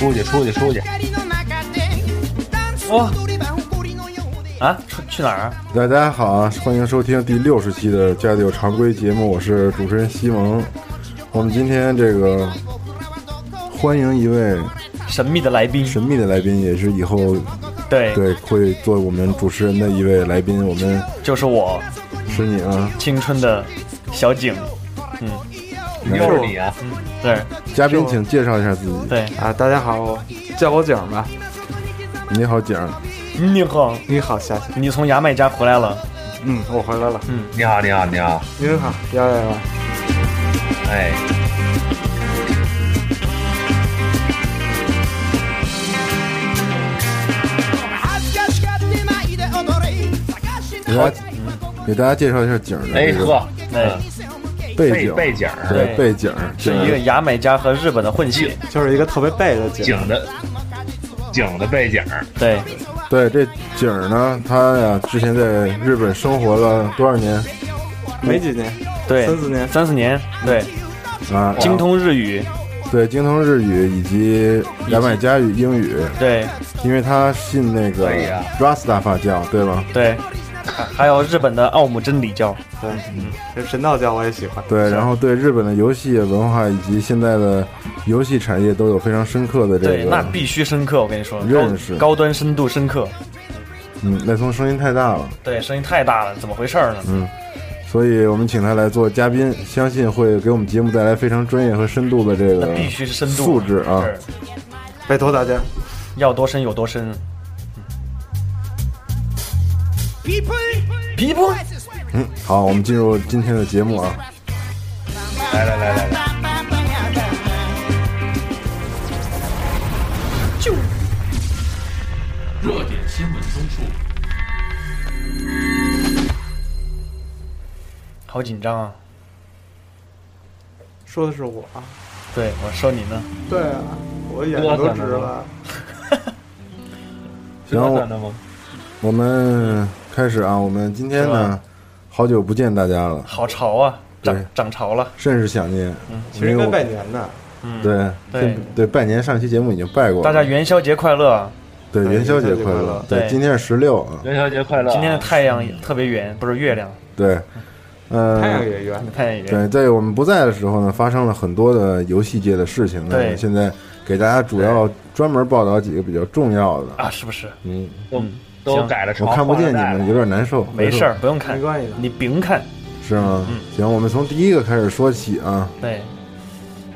出去，出去，出去！哇、啊，出去哪儿啊？大家好啊，欢迎收听第六十期的《家里有常规》节目，我是主持人西蒙。我们今天这个欢迎一位神秘的来宾，神秘的来宾，也是以后对，对会做我们主持人的一位来宾，我们就是我是你啊，青春的小景，又哎是你啊！对嘉宾，请介绍一下自己。对，啊，大家好，叫我景儿吧。你好，景儿，你好，你好，夏夏。你从牙买加回来了，嗯，我回来了。你好，你好，你好！您好，幺幺幺。哎，给大家给大家介绍一下景儿的哎这个呵，对，背背景，背景儿对对背景儿，是一个牙买加和日本的混血，就是一个特别背的景景儿，的景的背景儿，对，对这景儿呢，他呀之前在日本生活了多少年没几年，对，三四年三四年，对，啊？精通日语，对精通日语以及牙买加语、英语，对因为他信那个可以啊 Rasta 发教，对吧？对，还还有日本的奥姆真理教，对，这神道教我也喜欢。对，啊然后对日本的游戏文化以及现在的游戏产业都有非常深刻的这对，那个，必须深刻，我跟你说，认识高高端深度深刻，嗯，那从声音太大了，对，声音太大了，怎么回事儿呢？所以我们请他来做嘉宾，相信会给我们节目带来非常专业和深度的这那个必须是深度素质啊。是拜托大家，要多深有多深。皮布，嗯，好，我们进入今天的节目啊。来来来来来，好紧张啊！说的是我啊。对我说你呢，对啊，我眼睛都直了。行，我的吗？我们开始啊。我们今天是呢吧，好久不见大家了，好潮啊，对涨涨潮了。甚是想念。其实应该拜年的，嗯，对对对，拜年上期节目已经拜过了，大家元宵节快乐啊！对哎元宵节元宵节快快乐乐。对今天是十六啊。元宵节快乐！今天的太阳也特别圆，不是月亮，对，太阳呃，也圆。太阳也圆。对，在我们不在的时候呢，发生了很多的游戏界的事情。那对我们现在给大家主要专门报道几个比较重要的。啊，是不是？嗯，都都行改了朝，我看不见你换们，了代有点难受。没事儿，不用看没，关系的你甭看。是吗？行，我们从第一个开始说起啊。对，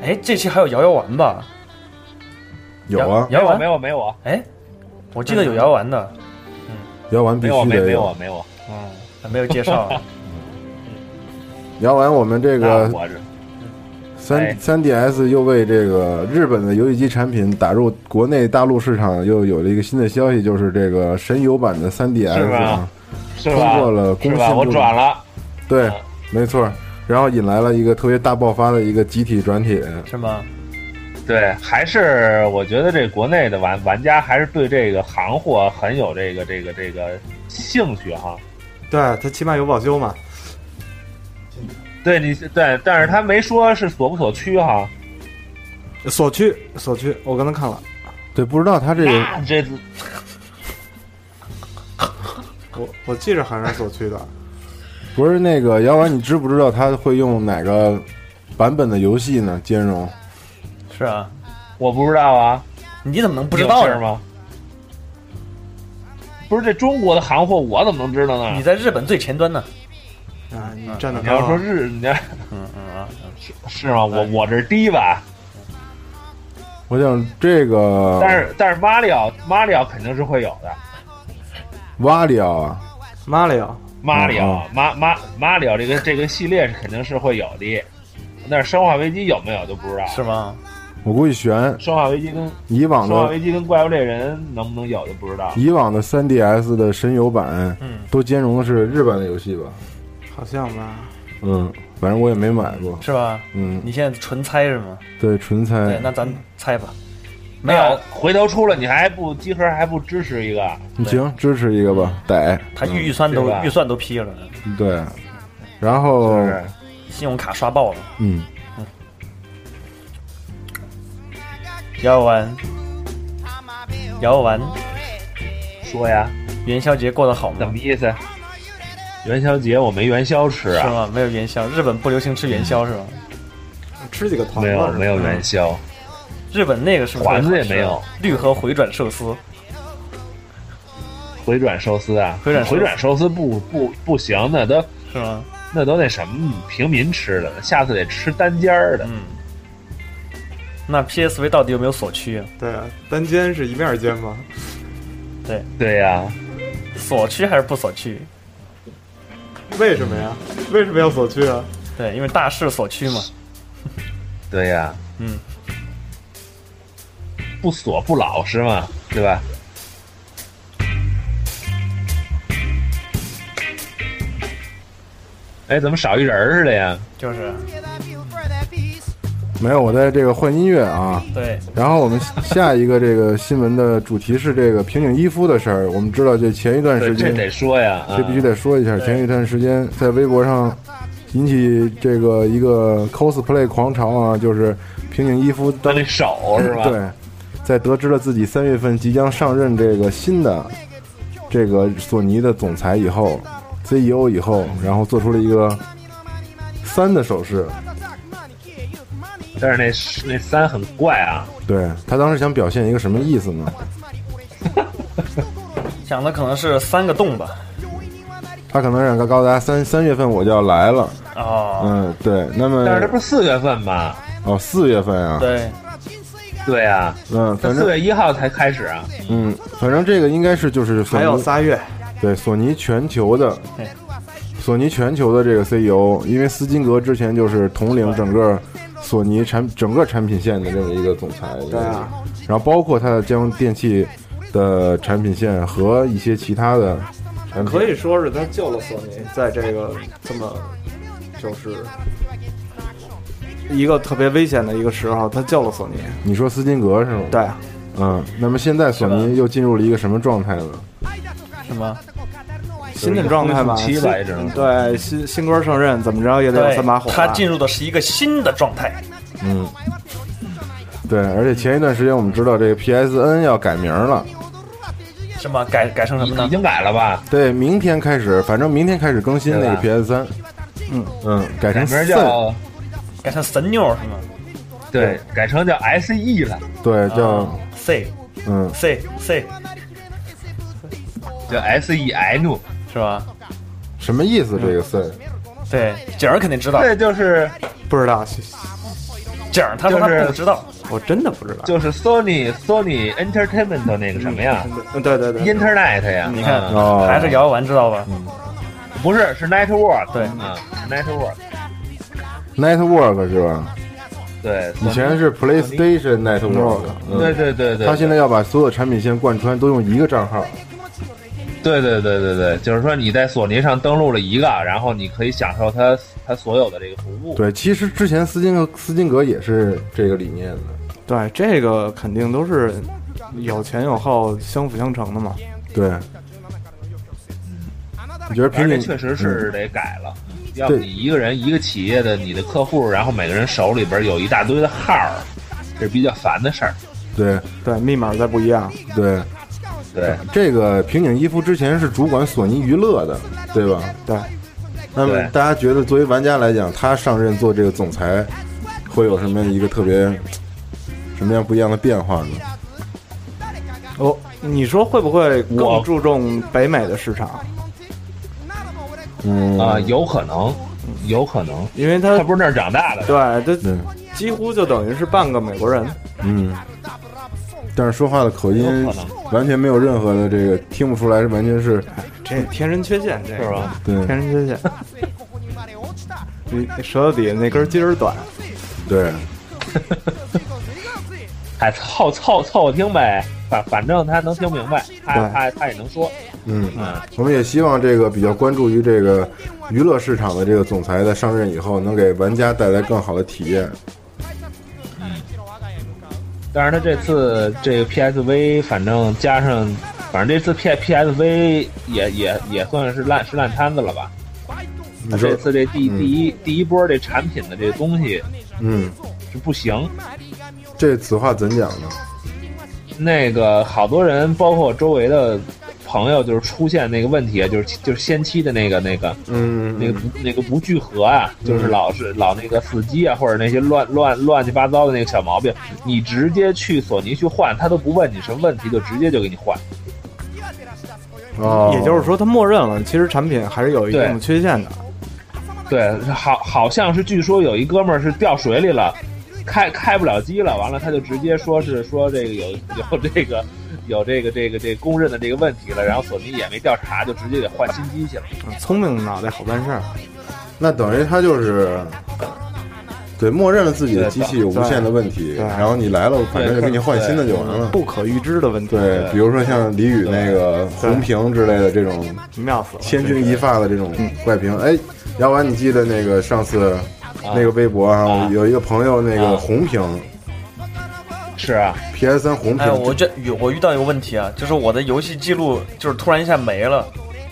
哎，这期还有摇摇丸吧？有啊，摇摇没丸。有没有我哎，我记得有摇丸的，摇完必没有我啊须没有我得没有有我。没有我，嗯，没有介绍啊。摇完我们这个那啊我这哎三三 DS 又为这个日本的游戏机产品打入国内大陆市场，又有了一个新的消息，就是这个神游版的三 DS 是吧啊，是吧？通过了工信是部吧？我转了，对嗯，没错。然后引来了一个特别大爆发的一个集体转帖，是吗？对，还是我觉得这国内的玩玩家还是对这个行货很有这个这个这个兴趣哈。对，它起码有保修嘛。对你对，但是他没说是所不所趋哈。所趋所趋，我刚才看了，对，不知道他这个那啊这我我记着好像是所趋 的。不是那个姚丸，你知不知道他会用哪个版本的游戏呢？兼容是啊，我不知道啊，你怎么能不不知道呢？吗？不是这中国的行货，我怎么能知道你呢？在日本最前端呢。啊，你站的你要说日，你这嗯嗯啊，是吗？我我这是第一版，我想这个但是但是马里奥马里奥肯定是会有的，瓦里奥啊，马里奥，马里奥哦马马马里奥这个这个系列是肯定是会有的，但是生化危机有没有就不知道。是吗？我估计悬生化危机跟以往生化的危机跟怪物猎人能不能有就不知道。以往的 3DS 的神游版嗯，都兼容的是日版的游戏吧？好像吧。嗯，反正我也没买过。是吧？嗯，你现在纯猜是吗？对，纯对，猜。那咱猜吧。没那有，回头出了你还不集合还不支持一个？行，支持一个吧，嗯得。他预预算都对吧预算都批了，对，然后是不是信用卡刷爆了。嗯，摇完，摇完，说呀，元宵节过得好怎吗么？意思？元宵节我没元宵吃是啊，吗？没有元宵，日本不流行吃元宵是吧？吃几个团没有子，没有元宵，日本那个是不是团子最也好吃没有，绿河回转寿司回转寿司啊，回转寿司回转寿司不不不行，那都是吗？那都那什么平民吃的，下次得吃单间儿的。嗯。那 PSV 到底有没有锁区啊？对啊，单间是一面间吗？对呀、锁区还是不锁区？为什么呀？为什么要锁区啊？对，因为大势所趋嘛。对呀、嗯，不锁不老实嘛，对吧？哎，怎么少一人儿似的呀？就是没有，我在这个换音乐啊。对，然后我们下一个这个新闻的主题是这个平井一夫的事儿。我们知道，这前一段对，时这间，得说呀，啊这必须得说一下。对前一段时间在微博上引起这个一个 cosplay 狂潮啊，就是平井一夫那当那手是吧？对，在得知了自己三月份即将上任这个新的这个索尼的总裁以后，CEO 以后，然后做出了一个三的手势。但是那那三很怪 啊，对他当时想表现一个什么意思呢？想的可能是三个洞吧。他可能想告诉大家三三月份我就要来了，哦，嗯，对。那么但是这不是四月份吗？哦，四月份啊，对，对啊，嗯，这反四正月一号才开始啊。嗯，反正这个应该是就是索还有尼仨月，对索尼全球的对索尼全球的这个 CEO，因为斯金格之前就是统领整个索尼产整个产品线的这么一个总裁，对啊，然后包括他的家用电器的产品线和一些其他的产品，可以说是他救了索尼，在这个这么就是一个特别危险的一个时候，他救了索尼。你说斯金格是吗？对啊，嗯，那么现在索尼又进入了一个什么状态呢？什么？新的状态嘛，恢复期吧也只能新对新新官上任，怎么着也得有对三把啊火，吧。他进入的是一个新的状态。嗯，对，而且前一段时间我们知道这个 PSN 要改名了，什么改改成什么已嗯呢？经改了吧？对，明天开始，反正明天开始更新那个 PS 三，嗯嗯，改改成名 Sun，叫改成神妞是吗对，改成叫 S E 了，对，叫啊？C 嗯 C C 叫 S E N，是吧？什么意思？这个 Sun 对，景儿肯定知道，这就是不知道，景儿他说他就是不知道，我真的不知道。就是 Sony Sony Entertainment 那个什么呀嗯，对对对， ，Internet 呀，啊你看嗯哦，还是姚丸知道吧？嗯不是是 Network，对嗯，是 Network， Network 是吧？对，索以尼前是 PlayStation Network，对嗯，对对对，他现在要把所有产品线贯穿，都用一个账号，对对对对对，就是说你在索尼上登录了一个，然后你可以享受它它所有的这个服务。对，其实之前斯金格斯金格也是这个理念的，对这个肯定都是有前有后，相辅相成的嘛。对。你觉得而平这井啊确实嗯是得改了，要不你一个人一个企业的你的客户，然后每个人手里边有一大堆的号儿，这是比较烦的事儿。对对，密码再不一样，对对，这个平井一夫之前是主管索尼娱乐的，对吧？对，那么对大家觉得作为玩家来讲，他上任做这个总裁，会有什么一个特别什么样不一样的变化呢？哦，你说会不会我更注重北美的市场？嗯啊啊、有可能，有可能，因为他他不是那儿长大的，对对他，几乎就等于是半个美国人，嗯，但是说话的口音有可能完全没有任何的这个听不出来，完全是哎这天生缺陷，这是个吧？对天生缺陷，你 你舌头底下那根筋儿短，对，哎，凑凑凑合听呗，反反正他能 听明白，他对他他也能说，嗯，嗯，我们也希望这个比较关注于这个娱乐市场的这个总裁在上任以后，能给玩家带来更好的体验。嗯但是他这次这个 PSV，反正加上，反正这次 P PSV 也也也算是烂是烂摊子了吧？你他说这，次这第嗯第一第一波这产品的这东西嗯，是不行，这此话怎讲呢？那个好多人，包括我周围的朋友，就是出现那个问题，就是就是先期的那个那个嗯，那个不那个不聚合啊，就是老是老那个死机啊，或者那些乱乱乱七八糟的那个小毛病，你直接去索尼去换，他都不问你什么问题，就直接就给你换。哦，也就是说他默认了，其实产品还是有一定的对缺陷的，对，好好像是据说有一哥们儿是掉水里了，开开不了机了，完了他就直接说是说这个有有这个有这个这个这个公认的这个问题了，然后索尼也没调查，就直接给换新机去了。嗯聪明的脑袋好办事儿，那等于他就是。对，默认了自己的机器有无限的问题，对然后你来了，反正就给你换新的就完了。不可预知的问题，嗯对，比如说像李宇那个红屏之类的这种妙死了，千钧一发的这种怪屏，哎，要不然你记得那个上次那个微博啊，啊我有一个朋友那个啊红屏是啊， PS 三红哎，我屏，这有我遇到一个问题啊，就是我的游戏记录就是突然一下没了，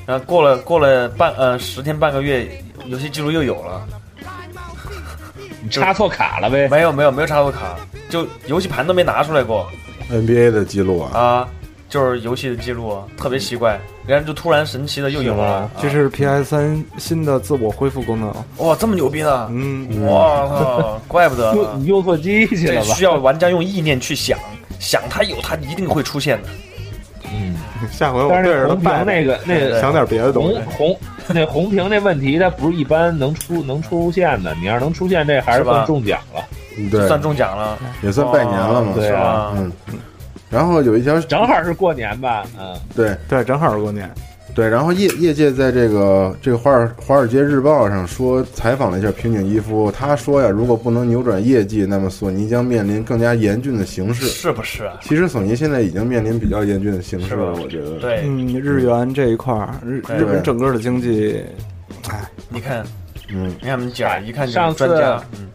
然后过了过了半呃十天半个月，游戏记录又有了，你插错卡了呗。没有没有没有插过卡，就游戏盘都没拿出来过 NBA 的记录啊，啊，就是游戏的记录啊，特别奇怪，然后就突然神奇的又有了，啊这是 PS 三新的自我恢复功能，哇，这么牛逼呢！嗯，哇操，怪不得呢用你用错机去这了吧？需要玩家用意念去想，想它有它一定会出现的。嗯下回我但对是着那他红拜屏那个那 个嗯想点别的东西红，红那红屏那问题，它不是一般能出能出现的。你要是能出现这，还是是吧算中奖了。对，算中哦奖了，也算拜年了嘛，对是啊，吧？嗯。然后有一条正好是过年吧？嗯，对对，正好是过年，对，然后业业界在这个这个华尔华尔街日报上说采访了一下平井一夫，他说呀，如果不能扭转业绩，那么索尼将面临更加严峻的形势。是不是啊？其实索尼现在已经面临比较严峻的形势了，是吧我觉得。对，嗯，日元这一块儿，日对日本整个的经济，哎，你看，嗯你看我们讲，一看就是上次专家，嗯，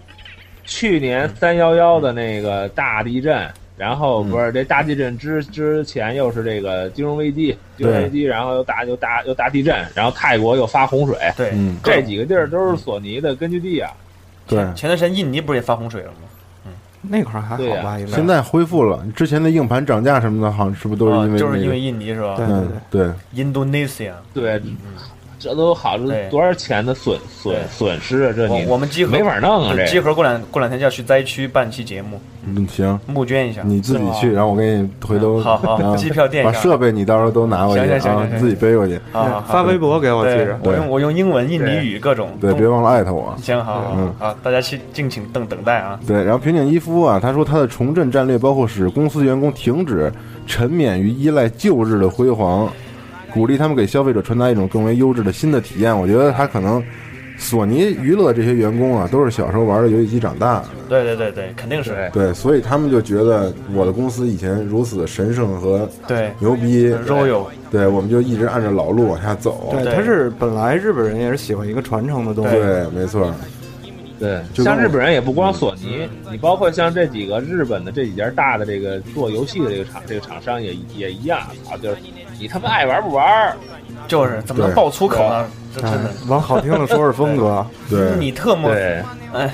去年三幺幺的那个大地震，然后不嗯是这大地震之之前又是这个金融危机，金融危机，然后又大又大又大地震，然后泰国又发洪水，对。嗯，这几个地儿都是索尼的根据地啊。对。前段时间印尼不是也发洪水了吗？那块儿还对好呀吧？应该现在恢复了，之前的硬盘涨价什么的，好像是不是都是啊因为、那个就是因为印尼是吧对嗯对， ？Indonesia，对，这都好嗯对多少钱的损损对损失啊！这我你我们集合没法弄啊！对集这合过两过两天就要去灾区办期节目，嗯行，募捐一下。你自己去，然后我给你回头、嗯好好嗯机票垫一把下设备你到时候都拿过去行行行啊行，行自己背过去，好好好，发微博给我记对着，，我用我用英文、印尼对语各种。对，东别忘了艾特我。行，好好嗯好好，大家去敬请等等待啊。对，然后平井一夫啊，他说他的重振战略包括使公司员工停止沉湎于依赖旧日的辉煌，鼓励他们给消费者传达一种更为优质的新的体验。我觉得他可能索尼娱乐这些员工啊，都是小时候玩的游戏机长大的，对对对对，肯定是对对，所以他们就觉得我的公司以前如此神圣和对牛逼， ，Royal 对，我们就一直按照老路往下走。啊对，对他是本来日本人也是喜欢一个传承的哎东西，对，没错，对，就跟像我嗯日本人也不光索尼，你包括像这几个日本的这几家大的这个做游戏的这个厂这个厂商也也一样啊，就是你他妈爱玩不玩儿，就是怎么能对爆粗口呢？ 这真的哎，往好听的说是风格，对，你特么对，哎，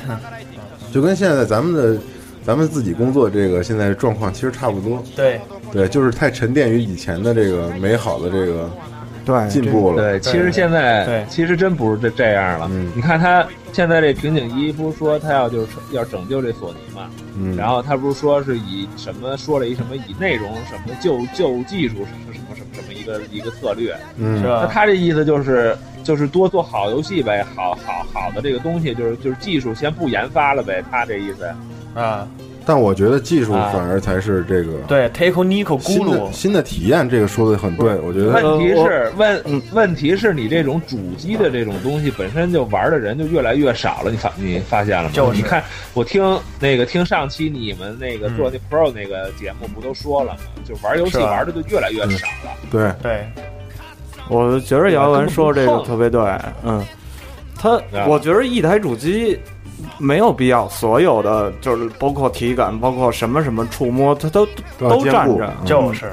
就跟现在咱们的咱们自己工作这个现在状况其实差不多。对对，就是太沉淀于以前的这个美好的这个 哎对，进步了。对，其实现对在其实真不是这这样了嗯。你看他现在这平井一不是说他要就是要拯救这索尼嘛，嗯，然后他不是说是以什么说了一什么以内容什么旧旧技术什么什么什么什么一个一个策略。嗯，是那吧？他这意思就是就是多做好游戏呗，好好好的这个东西就是就是技术先不研发了呗，他这意思。啊，但我觉得技术反而才是这个对，Takeo Nico 咕新的噜，新的体验，这个说的很对，我觉呃得问题是问嗯问题是你这种主机的这种东西本身就玩的人就越来越少了，你发你发现了吗？就是你看我听那个听上期你们那个做那 Pro 那个节目不都说了吗？就玩游嗯戏是啊玩的就越来越少了。对，对，我觉得姚文说这个特别对，嗯，他啊我觉得一台主机没有必要，所有的就是包括体感，包括什么什么触摸，它都都要都兼占顾着，嗯就是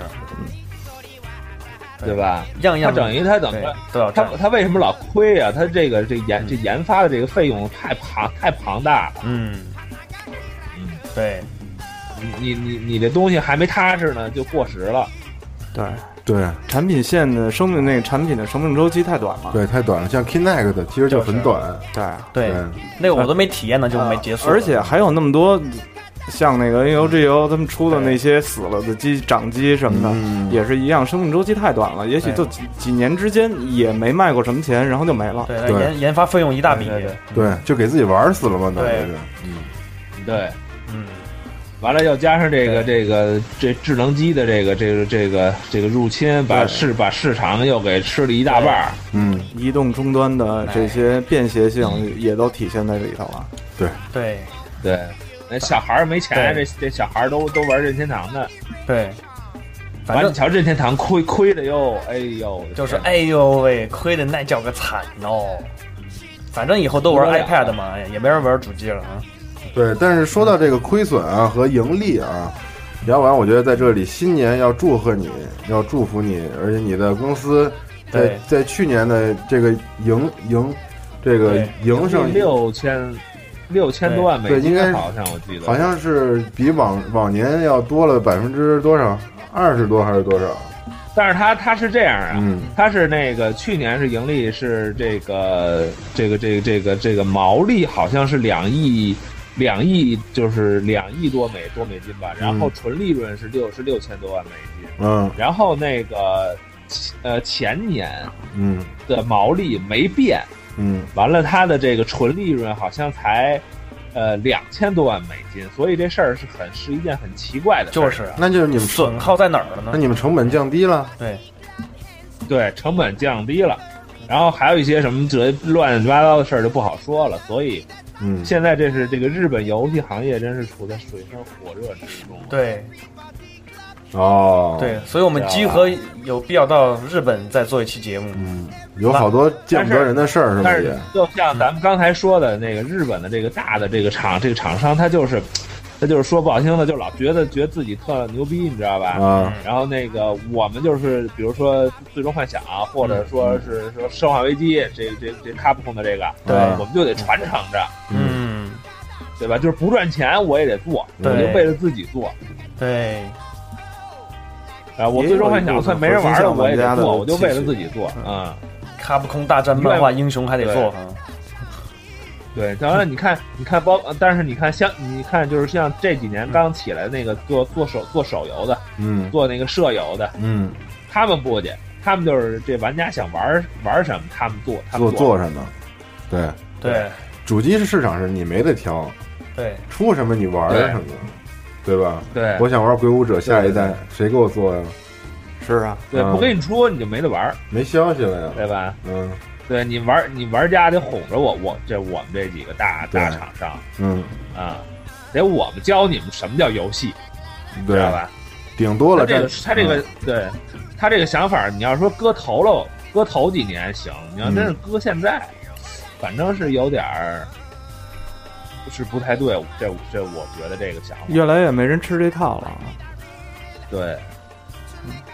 对吧？样他样等于他等于对嗯都要他占，他为什么老亏啊？他这个这研这研发的这个费用太庞太庞大了。嗯，对，你你你你这东西还没踏实呢，就过时了。对，对产品线的生命那个产品的生命周期太短了，对，太短了。像 Kinect 其实就很短，对，对，对那个我都没体验呢，就没结束了。而且还有那么多像那个 N U G U 他们出的那些死了的机、掌机什么的，嗯也是一样，生命周期太短了，也许对就几几年之间也没卖过什么钱，然后就没了。对，对研研发费用一大笔，对对对，就给自己玩死了嘛，那对就是对，嗯，完了又加上这个这个这智能机的这个这个这个这个入侵，把对市把市场又给吃了一大半儿。嗯，移动终端的这些便携性也都体现在这里头了。对对，那小孩儿没钱，对这这小孩儿都都玩任天堂的。对，反完了，正你瞧任天堂亏亏的哟，哎呦，我的就是天哎呦喂，亏的那叫个惨哦。反正以后都玩不得了 iPad 嘛，也没人玩主机了啊。对。但是说到这个亏损啊和盈利啊，杨完，我觉得在这里新年要祝贺你，要祝福你，而且你的公司在对在去年的这个盈盈这个对盈上六千六千多万美对金应该，是好像我记得好像是比往往年要多了百分之多少？二十多还是多少？但是他他是这样啊，嗯他是那个去年是盈利是这个这个这个这个这个毛利好像是两亿两亿就是两亿多美多美金吧，然后纯利润是六是六千多万美金，嗯然后那个呃前年嗯的毛利没变，嗯，完了他的这个纯利润好像才。呃，两千多万美金，所以这事儿是很是一件很奇怪的事儿，就是啊那就是你们损耗在哪儿了那呢？你们成本降低了，对对，成本降低了，然后还有一些什么这乱七八糟的事儿就不好说了。所以嗯，现在这是这个日本游戏行业真是处在水深火热之中。对哦，，对，所以我们集合有必要到日本再做一期节目。嗯，有好多见不得人的事儿，是吧？但是啊也，就像咱们刚才说的那个日本的这个大的这个厂这个厂商，他就是他就是说不好听的，就老觉得觉得自己特牛逼，你知道吧？啊，然后那个我们就是比如说《最终幻想》啊，或者说是说《生化危机》这这这 Capcom 的这个，对我们就得传承着，嗯，对吧？就是不赚钱我也得做，我对就为了自己做。对啊，我也最有终幻一想部算分没人核心玩了，向我玩也得家的做，我就为了期许自己做啊。卡普空大战漫画英雄还得做哈。对，当然你看，你看包，但是你看像你看就是像这几年刚起来那个做做手做手游的，嗯做那个射游的，嗯，他们不去，他们就是这玩家想玩玩什么，他们做，他们做做什么？对，对主机市场是你没得挑，对出什么你玩对什么，对吧？对我想玩《鬼武者》下一代，谁给我做呀？是啊，对，嗯不给你出你就没得玩儿，没消息了呀，对吧？嗯对你玩你玩家得哄着我，我这我们这几个大对大厂商嗯，啊，得我们教你们什么叫游戏，知对道，吧？顶多他了这个占他这个对他这个想法，你要说搁头了，搁头几年行，你要真是搁现在，反正是有点儿，是不太对。这这我觉得这个想法越来越没人吃这套了。对。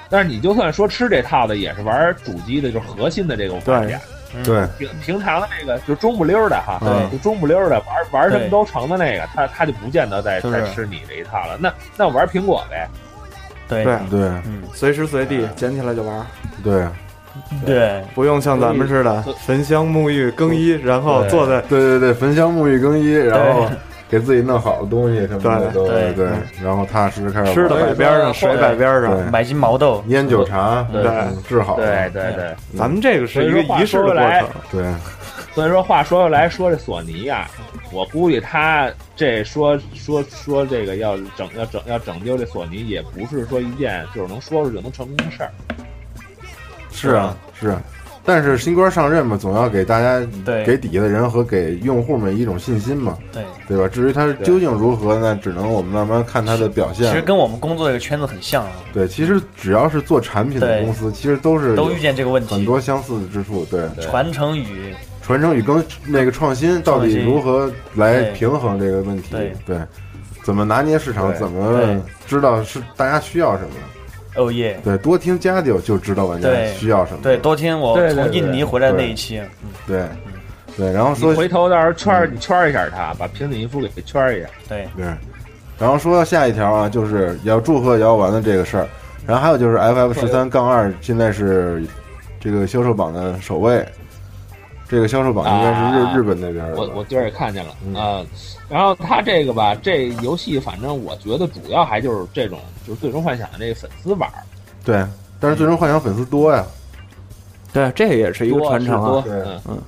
但是你就算说吃这套的，也是玩主机的，就是核心的这个玩家，嗯对，平平常的这个就中不溜儿的哈，嗯就中不溜儿的玩玩什么对都成的那个，他他就不见得再就再是吃你这一套了。那那我玩苹果呗，对对，对嗯随时随地捡起来就玩，对对不用像咱们似的所以焚香沐浴更衣，然后对坐在对对对，焚香沐浴更衣，然后给自己弄好的东西什么的对都对对，然后踏实开始吃的玩摆边上，水摆边上。对买斤毛豆，烟酒茶，对嗯治好对对对，咱们这个是一个仪式的过程，对，所以说话说回来，说这索尼呀、我估计他这说说说这个要整要整要拯救这索尼，也不是说一件就是能说说就能成功的事儿。是啊是啊。但是新官上任嘛，总要给大家、对给底下的人和给用户们一种信心嘛，对，对吧？至于他究竟如何呢，只能我们慢慢看他的表其实现。跟我们工作这个圈子很像啊，对，其实只要是做产品的对公司，其实都是都遇见这个问很题，多相似之处。对，传承与传承与更那个创新到底如何来平衡这个问题？对怎么拿捏市场？对怎么知道是大家需要什么？哦耶，对，多听家里就知道玩家对需要什么。对，多听我对对从对印尼回来那对一期，嗯，对对，然后你说回头到时候嗯圈儿你圈儿一下他，把平底一夫给圈儿一下。对，对，然后说到下一条啊，就是要祝贺姚丸的这个事儿。然后还有就是 FF 十三杠二现在是这个销售榜的首位，这个销售榜应该是日、啊日本那边的吧。我我今儿也看见了嗯啊、然后他这个吧，这游戏反正我觉得主要还就是这种就是最终幻想的这个粉丝玩儿，对，但是最终幻想粉丝多呀。对，这也是一个多传是承多啊。对嗯，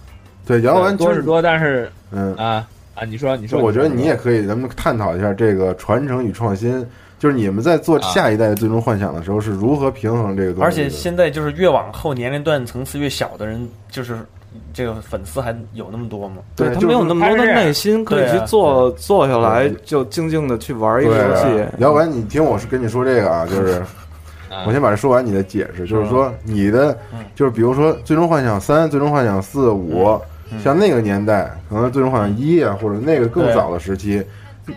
对，姚丸多就是多，但是嗯，啊啊，你说你就说，我觉得你也可以，咱们探讨一下这个传承与创新，就是你们在做啊下一代的最终幻想的时候是如何平衡这个东而西的。且现在就是越往后年龄段层次越小的人，就是这个粉丝还有那么多吗？对，他就是没有那么多他的是这样耐心可以对啊去做，坐下来对就静静的去玩一个游对戏啊，。姚丸，你听我是跟你说这个啊，就是啊我先把这说完你的解释，就是说你的嗯就是比如说《最终幻想三》《最终幻想四》五，嗯像那个年代，可能《最终幻想一》啊，或者那个更对早的时期，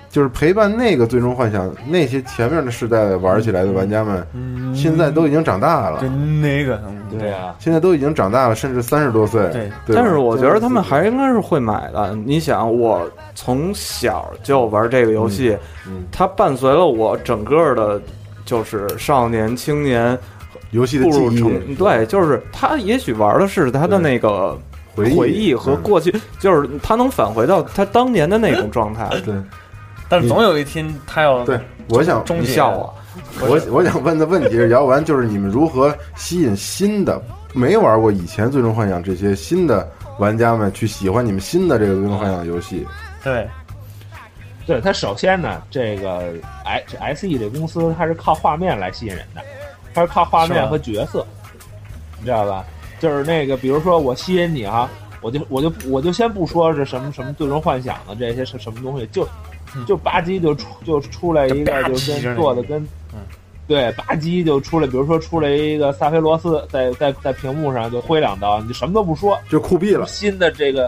就是陪伴那个《最终幻想》那些前面的世代的玩起来的玩家们，嗯现在都已经长大了。跟嗯那个，嗯对啊，现在都已经长大了，甚至三十多岁。对对吧啊但是我觉得他们还应该是会买的。你想，我从小就玩这个游戏，嗯嗯它伴随了我整个的，就是少年、青年游戏的步记入忆成，对，就是他也许玩的是他的那个回忆嗯回忆和过去，就是他能返回到他当年的那种状态。嗯对但是总有一天他要对，我想终你结笑我， 我我想问的问题是，姚丸，就是你们如何吸引新的没玩过以前《最终幻想》这些新的玩家们去喜欢你们新的这个《最终幻想》游戏？对对他首先呢，这个 S S E 这公司它是靠画面来吸引人的，它是靠画是面吧和角色，你知道吧？就是那个，比如说我吸引你哈、我就我就我就先不说是什么什么最终幻想的这些是什么东西，就嗯就吧唧就出就出来一个就吧就唧就是那跟个做的跟嗯。对，吧唧就出来，比如说出来一个萨菲罗斯在，在在屏幕上就挥两刀，你就什么都不说，就酷毙了，新的这个，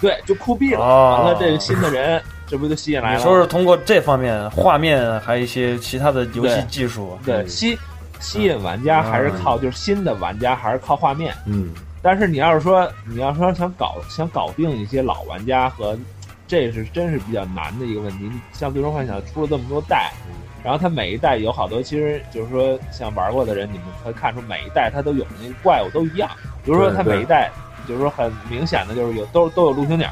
对，就酷毙了。完哦了，这个新的人，这不就吸引来了你吗？说是通过这方面画面，还有一些其他的游戏对技术，对，嗯吸吸引玩家还是靠就是新的玩家还是靠画面，嗯，但是你要是说你要说想搞想搞定一些老玩家和，这是真是比较难的一个问题。像《最终幻想》出了这么多代，嗯然后它每一代有好多，其实就是说像玩过的人，你们会看出每一代它都有那个怪物都一样，比如说对它对每一代就是说很明显的就是有都都有陆行鸟，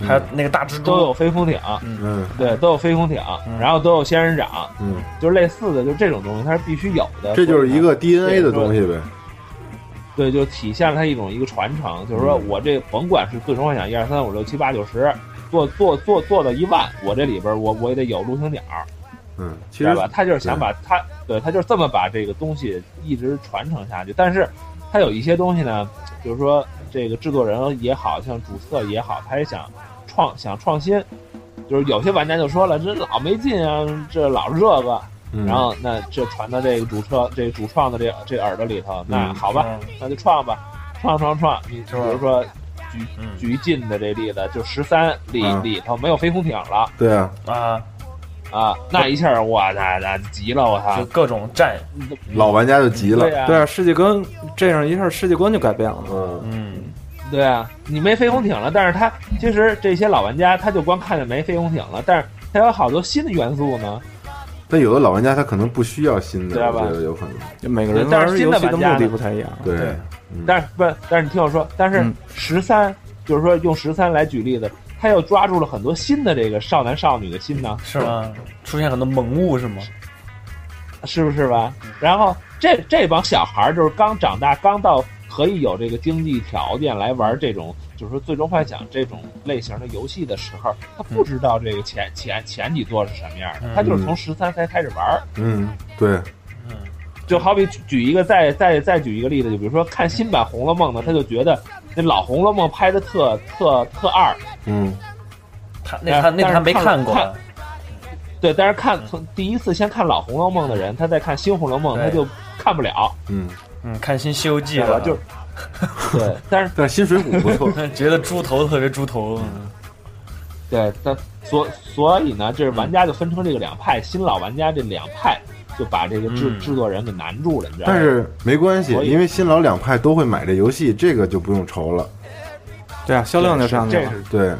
嗯还有那个大蜘都蛛，有飞空艇，嗯对，都有飞空艇，嗯然后都有仙人掌，嗯，就是类似的，就这种东西它是必须有的。这就是一个 DNA 的对东西呗，嗯对，就体现了它一种一个传承，就嗯是说我这甭管是最终幻想一二三四五六七八九十，做做做做到一万，我这里边我我也得有陆行鸟，嗯，其知实道吧？他就是想把他对他就是这么把这个东西一直传承下去，但是他有一些东西呢，就是说这个制作人也好像主策也好，他也想创想创新，就是有些玩家就说了，这老没劲啊，这老是这个，嗯然后那这传到这个主车这主创的这这耳朵里头，那嗯好吧，嗯那就创吧，创创创。你比是吧如说举嗯举进的这例子，就十三里嗯里头没有飞空艇了对啊，啊，啊，那一下我操，那急了我啊就操！各种战，老玩家就急了对，呀，对啊，世界观这样一下，世界观就改变了。嗯，嗯，对啊，你没飞空艇了，但是他其实这些老玩家他就光看见没飞空艇了，但是他有好多新的元素呢。但有的老玩家他可能不需要新对啊的，吧我觉得有可能，就每个人但玩是新游的戏的玩家目的呢不太一样。对对，嗯但是不，但是你听我说，但是嗯十三、就是说用十三来举例子，他又抓住了很多新的这个少男少女的心呢，是吗？出现很多萌物是吗？是不是吧？然后这这帮小孩儿就是刚长大，刚到可以有这个经济条件来玩这种，就是说《最终幻想》这种类型的游戏的时候，他不知道这个前前前几座是什么样的，他就是从十三才开始玩儿。嗯，对，就好比举举一个再再再举一个例子，就比如说看新版《红楼梦》呢，他就觉得那老《红楼梦》拍的特特特二，嗯，他那他那哎但是他没看看过，看对，但是看从第一次先看老《红楼梦》的人，他再看新《红楼梦》，对他就看不了，嗯，嗯，看新《西游记》对吧？了，就是对，但是但是新水浒不 错， 觉得猪头特别猪头，嗯对，但所所以呢，这玩家就分成这个两派，新老玩家这两派就把这个制、嗯制作人给难住了，你知道吗？但是没关系，所以因为新老两派都会买这游戏，这个就不用愁了。对啊，销量就上去这了。是对，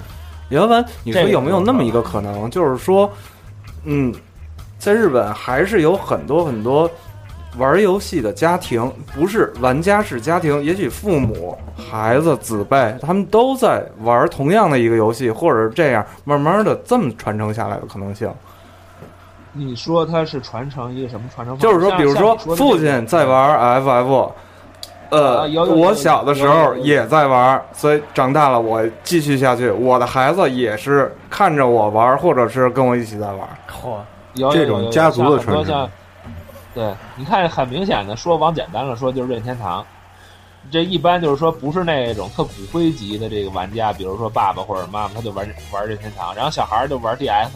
原文，你说这个有没有那么一个可能，就是说，嗯，在日本还是有很多很多玩游戏的家庭，不是玩家是家庭，也许父母、孩子、子辈，他们都在玩同样的一个游戏，或者是这样慢慢的这么传承下来的可能性。你说他是传承一个什么传承方式？就是说，像比如像说你说的父那个亲在玩 FF，呃啊有有，有我有小的时有候有有也在玩，所以长大了我继续下去，我的孩子也是看着我玩，或者是跟我一起在玩。嚯，有这有种有家族的像很传多承像，对，你看很明显的说往简单了说就是任天堂，这一般就是说不是那种特骨灰级的这个玩家，比如说爸爸或者妈妈，他就玩玩任天堂，然后小孩儿就玩 DS，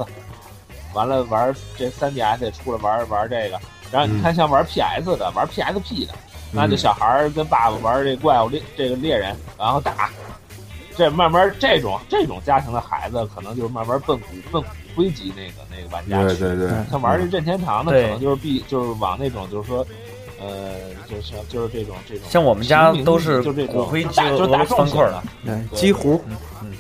完了玩这 3DS 也出来玩玩这个，然后嗯你看像玩 PS 的、玩 PSP 的，那就小孩儿跟爸爸玩这怪物猎这个猎人，然后打。这慢慢这种这种家庭的孩子，可能就是慢慢奔骨奔骨灰级那个那个玩家对去对对， 像玩这任天堂嗯的，对可能就是必就是往那种就是说，呃，就是就是这种这种，像我们家都是就这种骨灰就级打就俄打罗重斯方型块儿了，对，嗯几哎乎嗯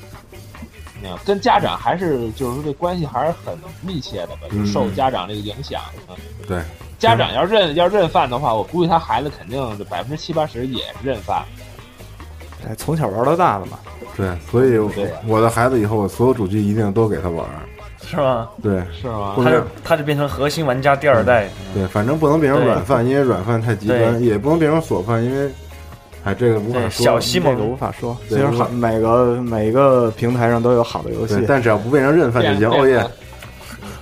跟家长还是就是说这关系还是很密切的吧，就嗯受家长这个影响。嗯对，家长要认要认饭的话，我估计他孩子肯定这百分之七八十也是认饭。对，哎从小玩到大的嘛。对，所以我对啊我的孩子以后我所有主机一定都给他玩儿。是吗？对是吗不？他能就他就变成核心玩家第二代，对，反正不能变成对软饭，因为软饭太极端，对也不能变成锁饭，因为哎这个无法说。对，小西这个无蒙，法说，其对实无法好每个每个平台上都有好的游对戏，，但只要不变成认饭就行。哦啊耶，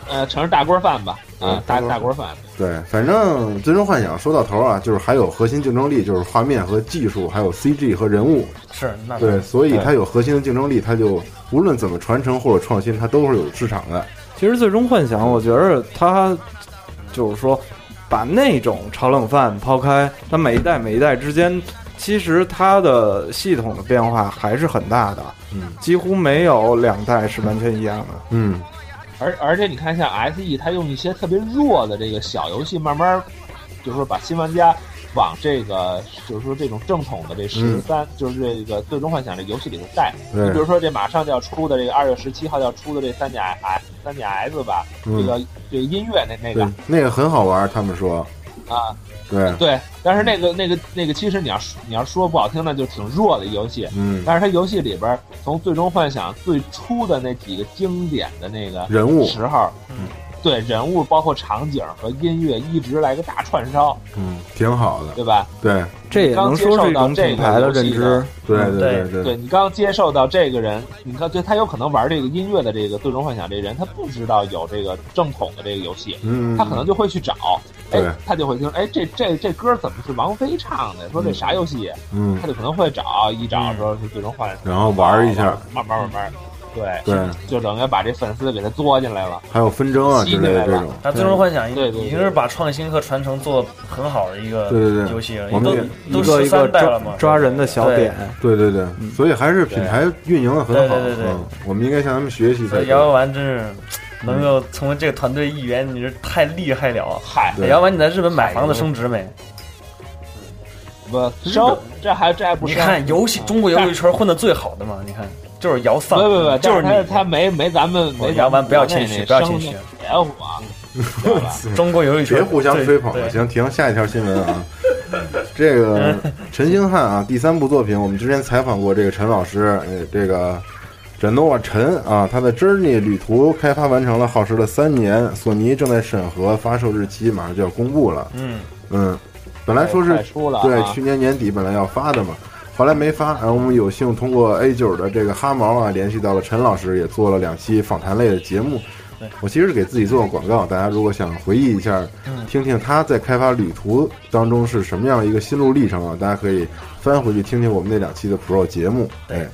呃，盛着大锅饭吧，啊嗯，大大大锅锅饭。对，反正《最终幻想》说到头啊，就是还有核心竞争力，就是画面和技术，还有 CG 和人物。是那嗯对，所以嗯对它有核心的竞争力，它就无论怎么传承或者创新，它都是有市场的。其实最终幻想，我觉得它就是说，把那种炒冷饭抛开，它每一代每一代之间，其实它的系统的变化还是很大的，嗯几乎没有两代是完全一样的。嗯，而而且你看，像 SE，它用一些特别弱的这个小游戏，慢慢就是说把新玩家往这个就是说这种正统的这十三、就是这个最终幻想这游戏里头带。嗯对嗯你比如说这马上就要出的这个二月十七号要出的这三甲 S 三甲 S 吧，嗯这个这个音乐那那对个，那个很好玩，他们说。啊，对，对，但是那个那个那个，其实你要说你要说不好听，那就挺弱的游戏。嗯，但是它游戏里边儿从最终幻想最初的那几个经典的那个人物，时候，嗯，对人物包括场景和音乐一直来个大串烧，嗯，挺好的。对吧？对，这也能说是一种品牌的认刚接受到这个游知，对嗯对对对，你刚接受到这个人，你看，对他有可能玩这个音乐的这个最终幻想这人，他不知道有这个正统的这个游戏，嗯，他可能就会去找，哎对，他就会听，哎，这这这歌怎么是王菲唱的？说这啥游戏？啊嗯他，就可能会找一找，说是最终幻想，然后玩一下，慢慢慢慢，对对，就等于把这粉丝给他作进来了。还有纷争啊之类的这种。他最终幻想已对对对已经是把创新和传承做得很好的一个对对对游戏了，我们也一都个都一十个三代了抓嘛，抓人的小点。对对对，所以还是品牌运营的很好。对对对对嗯，我们应该向他们学习所才以姚对。文丸真是能够成为这个团队一员，你是太厉害了。啊哎嗨，对姚文，你在日本买房子升值没？不烧，这还这还不你是？啊嗯看游戏中国游戏圈混的最好的嘛，你看就是姚不丧，不不，就是但他他你。没没咱们没姚文咱们不要谦虚不要谦虚别我，知道吧中国游戏圈别互相最吹捧了，对行，停，下一条新闻啊。这 个陈星汉啊，第三部作品，我们之前采访过这个陈老师，呃，这个展诺瓦陈啊，他的 Journey 旅途开发完成了，耗时了三年，索尼正在审核，发售日期马上就要公布了。嗯，嗯，本来说是快出了啊对，去年年底本来要发的嘛，后来没发。然后我们有幸通过 A 九的这个哈毛啊，联系到了陈老师，也做了两期访谈类的节目。我其实是给自己做个广告，大家如果想回忆一下，听听他在开发旅途当中是什么样的一个心路历程啊，大家可以翻回去听听我们那两期的 Pro 节目。哎，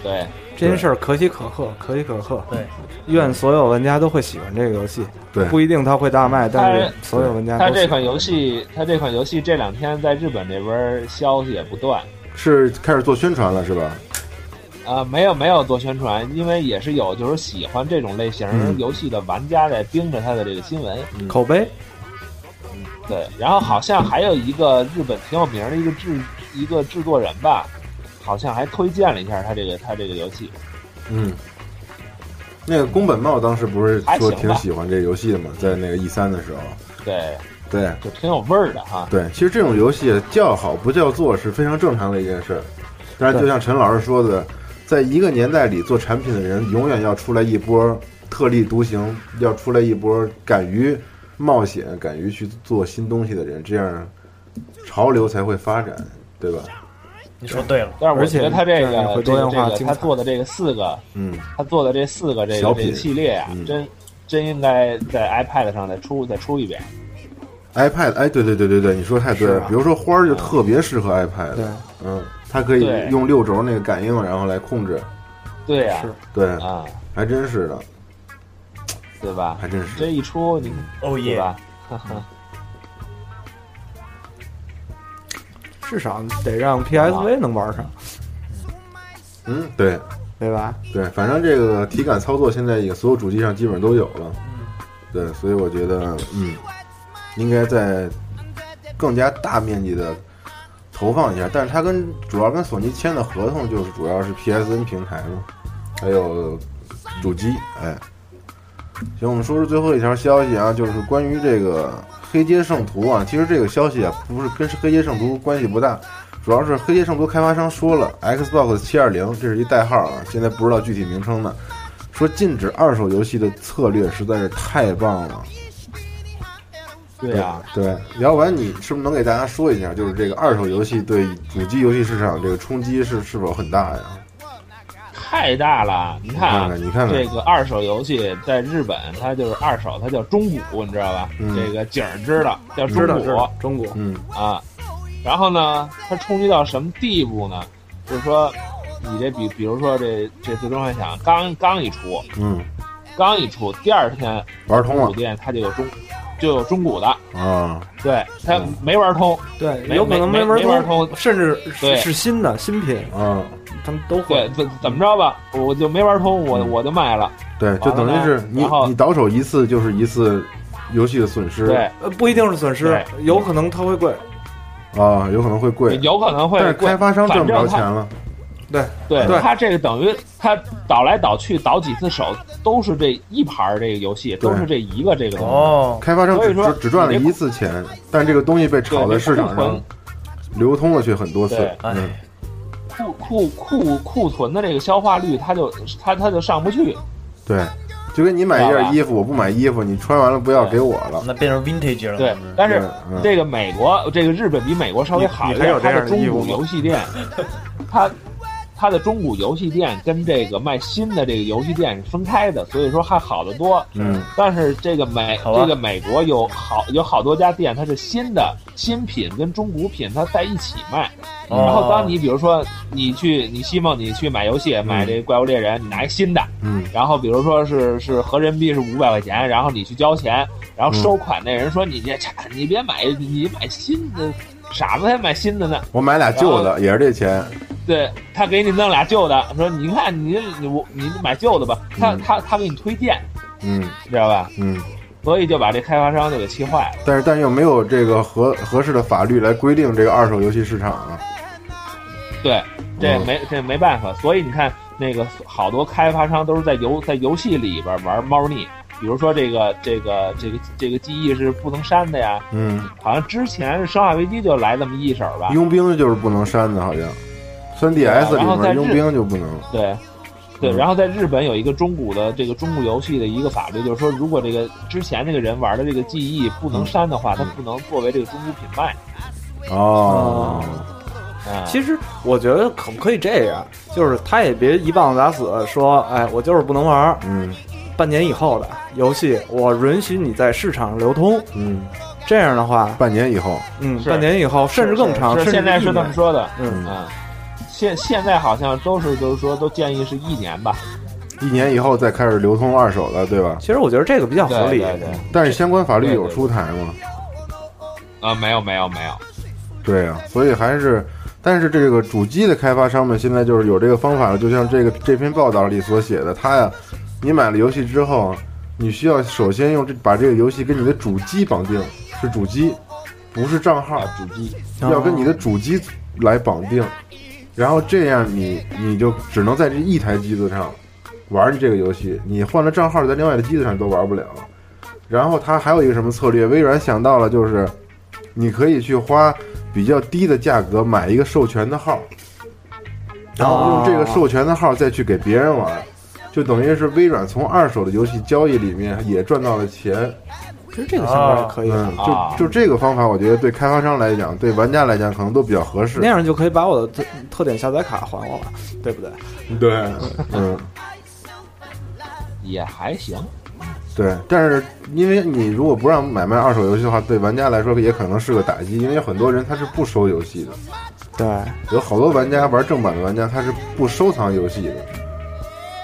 对，这件事儿可喜可贺，可喜可贺。对，愿所有玩家都会喜欢这个游戏。对不一定它会大卖，但是所有玩家都喜它欢这款游戏，它这款游戏这两天在日本这边消息也不断是开始做宣传了是吧？啊、没有没有做宣传，因为也是有就是喜欢这种类型嗯游戏的玩家在盯着它的这个新闻。口碑。对，然后好像还有一个日本挺有名的一个制一个制作人吧，好像还推荐了一下他这个他这个游戏。嗯，那个宫本茂当时不是还行说吧挺喜欢这游戏的嘛，在那个 E 三的时候，对，对。就挺有味儿的哈。对，其实这种游戏叫好不叫座是非常正常的一件事儿。但是就像陈老师说的，在一个年代里做产品的人，永远要出来一波特立独行，要出来一波敢于冒险、敢于去做新东西的人，这样潮流才会发展，对吧？你说对了，但是我觉得他这而且这样个会这多个样这化个精他彩做的这个四个嗯，他做的这四个这小个品这个系列啊，嗯真真应该在 iPad 上再出再出一遍。 iPad，哎，对对对对对，你说太对了。是啊比如说花儿就特别适合 iPad，对嗯，它可以对用六轴那个感应，然后来控制，对呀、对，啊，啊，还真是的，对吧还？真是。这一出你哦对耶，吧？哈哈，至少得让 PSV 能玩上，嗯，对，对吧？对，反正这个体感操作现在也所有主机上基本上都有了。对，所以我觉得，嗯，应该在更加大面积的投放一下。但是它跟主要跟索尼签的合同就是主要是 PSN 平台嘛，还有主机。哎，行，我们说说最后一条消息啊，就是关于这个《黑街圣徒》啊。其实这个消息啊，不是跟《黑街圣徒》关系不大，主要是《黑夜圣徒》开发商说了，Xbox 七二零这是一代号啊，现在不知道具体名称呢。说禁止二手游戏的策略实在是太棒了。对啊呀、对，姚文，你是不是能给大家说一下，就是这个二手游戏对主机游戏市场这个冲击是是否很大呀？太大了。你看啊，你看看你看看这个二手游戏在日本，它就是二手，它叫中古，你知道吧？嗯这个景儿知道叫中知道知古道，中国嗯啊。然后呢，它冲击到什么地步呢？就是说，你这比比如说这这《最终幻想》刚刚一出，嗯，刚一出，第二天玩通古了店它就有中就有中古的，啊，对，它嗯没玩通，对，没有可能没玩没玩通甚至对是是新的新品，啊，他们都对会，。怎怎么着吧，我就没玩通，我嗯我就卖了，对，就等于是你然后你倒手一次就是一次游戏的损失，对，呃，不一定是损失对，有可能它会贵。啊，有可能会贵，有可能会但是贵开发商反挣不着正他钱了，对，对对他这个等于他倒来倒去倒几次手，都是这一盘儿这个游戏，都是这一个这个东西。哦，开发商所只以说只只赚了一次钱，但这个东西被炒在市场上流通了却很多次对。嗯，哎，库库库库存的这个消化率，它就它它就上不去。对，就跟你买一件衣服，我不买衣服，你穿完了不要给我了。那变成 vintage 了，对，但是嗯这个美国这个日本比美国稍微好你一你还点有，这它样的的中衣服古吗游戏 店，它它的中古游戏店跟这个卖新的这个游戏店是分开的，所以说还好得多。嗯，但是这个美好吧这个美国有好有好多家店，它是新的新品跟中古品它在一起卖。哦然后当你比如说你去你希望你去买游戏买这怪物猎人，你拿一新的，嗯，然后比如说是是合人民币是五百块钱，然后你去交钱，嗯然后收款那人说你这你别买你买新的，傻子才买新的呢。我买俩旧的也是这钱。对他给你弄俩旧的，说你看你你我你买旧的吧，他嗯他他给你推荐，嗯你知道吧？嗯，所以就把这开发商就给气坏了。但是但又没有这个合合适的法律来规定这个二手游戏市场啊。对，这嗯没这没办法，所以你看那个好多开发商都是在游在游戏里边玩猫腻，比如说这个这个这个这个记忆是不能删的呀，嗯，好像之前是《生化危机》就来这么一手吧，佣兵就是不能删的，好像。三啊 DS 里然后在面日嗯佣兵就不能。对。对，然后在日本有一个中古的这个中古游戏的一个法律，就是说，如果这个之前这个人玩的这个记忆不嗯能删的话，他不能作为这个中古品卖哦，啊。其实我觉得可不可以这样，啊就是他也别一棒子打死，说，哎，我就是不能玩儿，嗯半年以后的游戏，我允许你在市场上流通。嗯，这样的话，半年以后，嗯，是半年以后甚至更长，是甚至现在是一这么年说的，嗯啊。现现在好像都是就是说都建议是一年吧，一年以后再开始流通二手的，对吧？其实我觉得这个比较合理。嗯对对对但是相关法律有出台吗？啊，没有没有没有，对呀、所以还是，但是这个主机的开发商们现在就是有这个方法了，就像这个这篇报道里所写的，他呀，你买了游戏之后，你需要首先用这把这个游戏跟你的主机绑定，是主机，不是账号，主机要跟你的主机来绑定，然后这样你你就只能在这一台机子上玩这个游戏，你换了账号在另外的机子上都玩不了。然后它还有一个什么策略？微软想到了，就是你可以去花比较低的价格买一个授权的号，然后用这个授权的号再去给别人玩，就等于是微软从二手的游戏交易里面也赚到了钱。其实这个想法是可以的嗯，，啊就就这个方法，我觉得对开发商来讲，对玩家来讲可能都比较合适那。样就可以把我的特特点下载卡还我了，对不对？对，嗯，也还行，对。但是因为你如果不让买卖二手游戏的话，对玩家来说也可能是个打击，因为有很多人他是不收游戏的。对，有好多玩家玩正版的玩家，他是不收藏游戏的。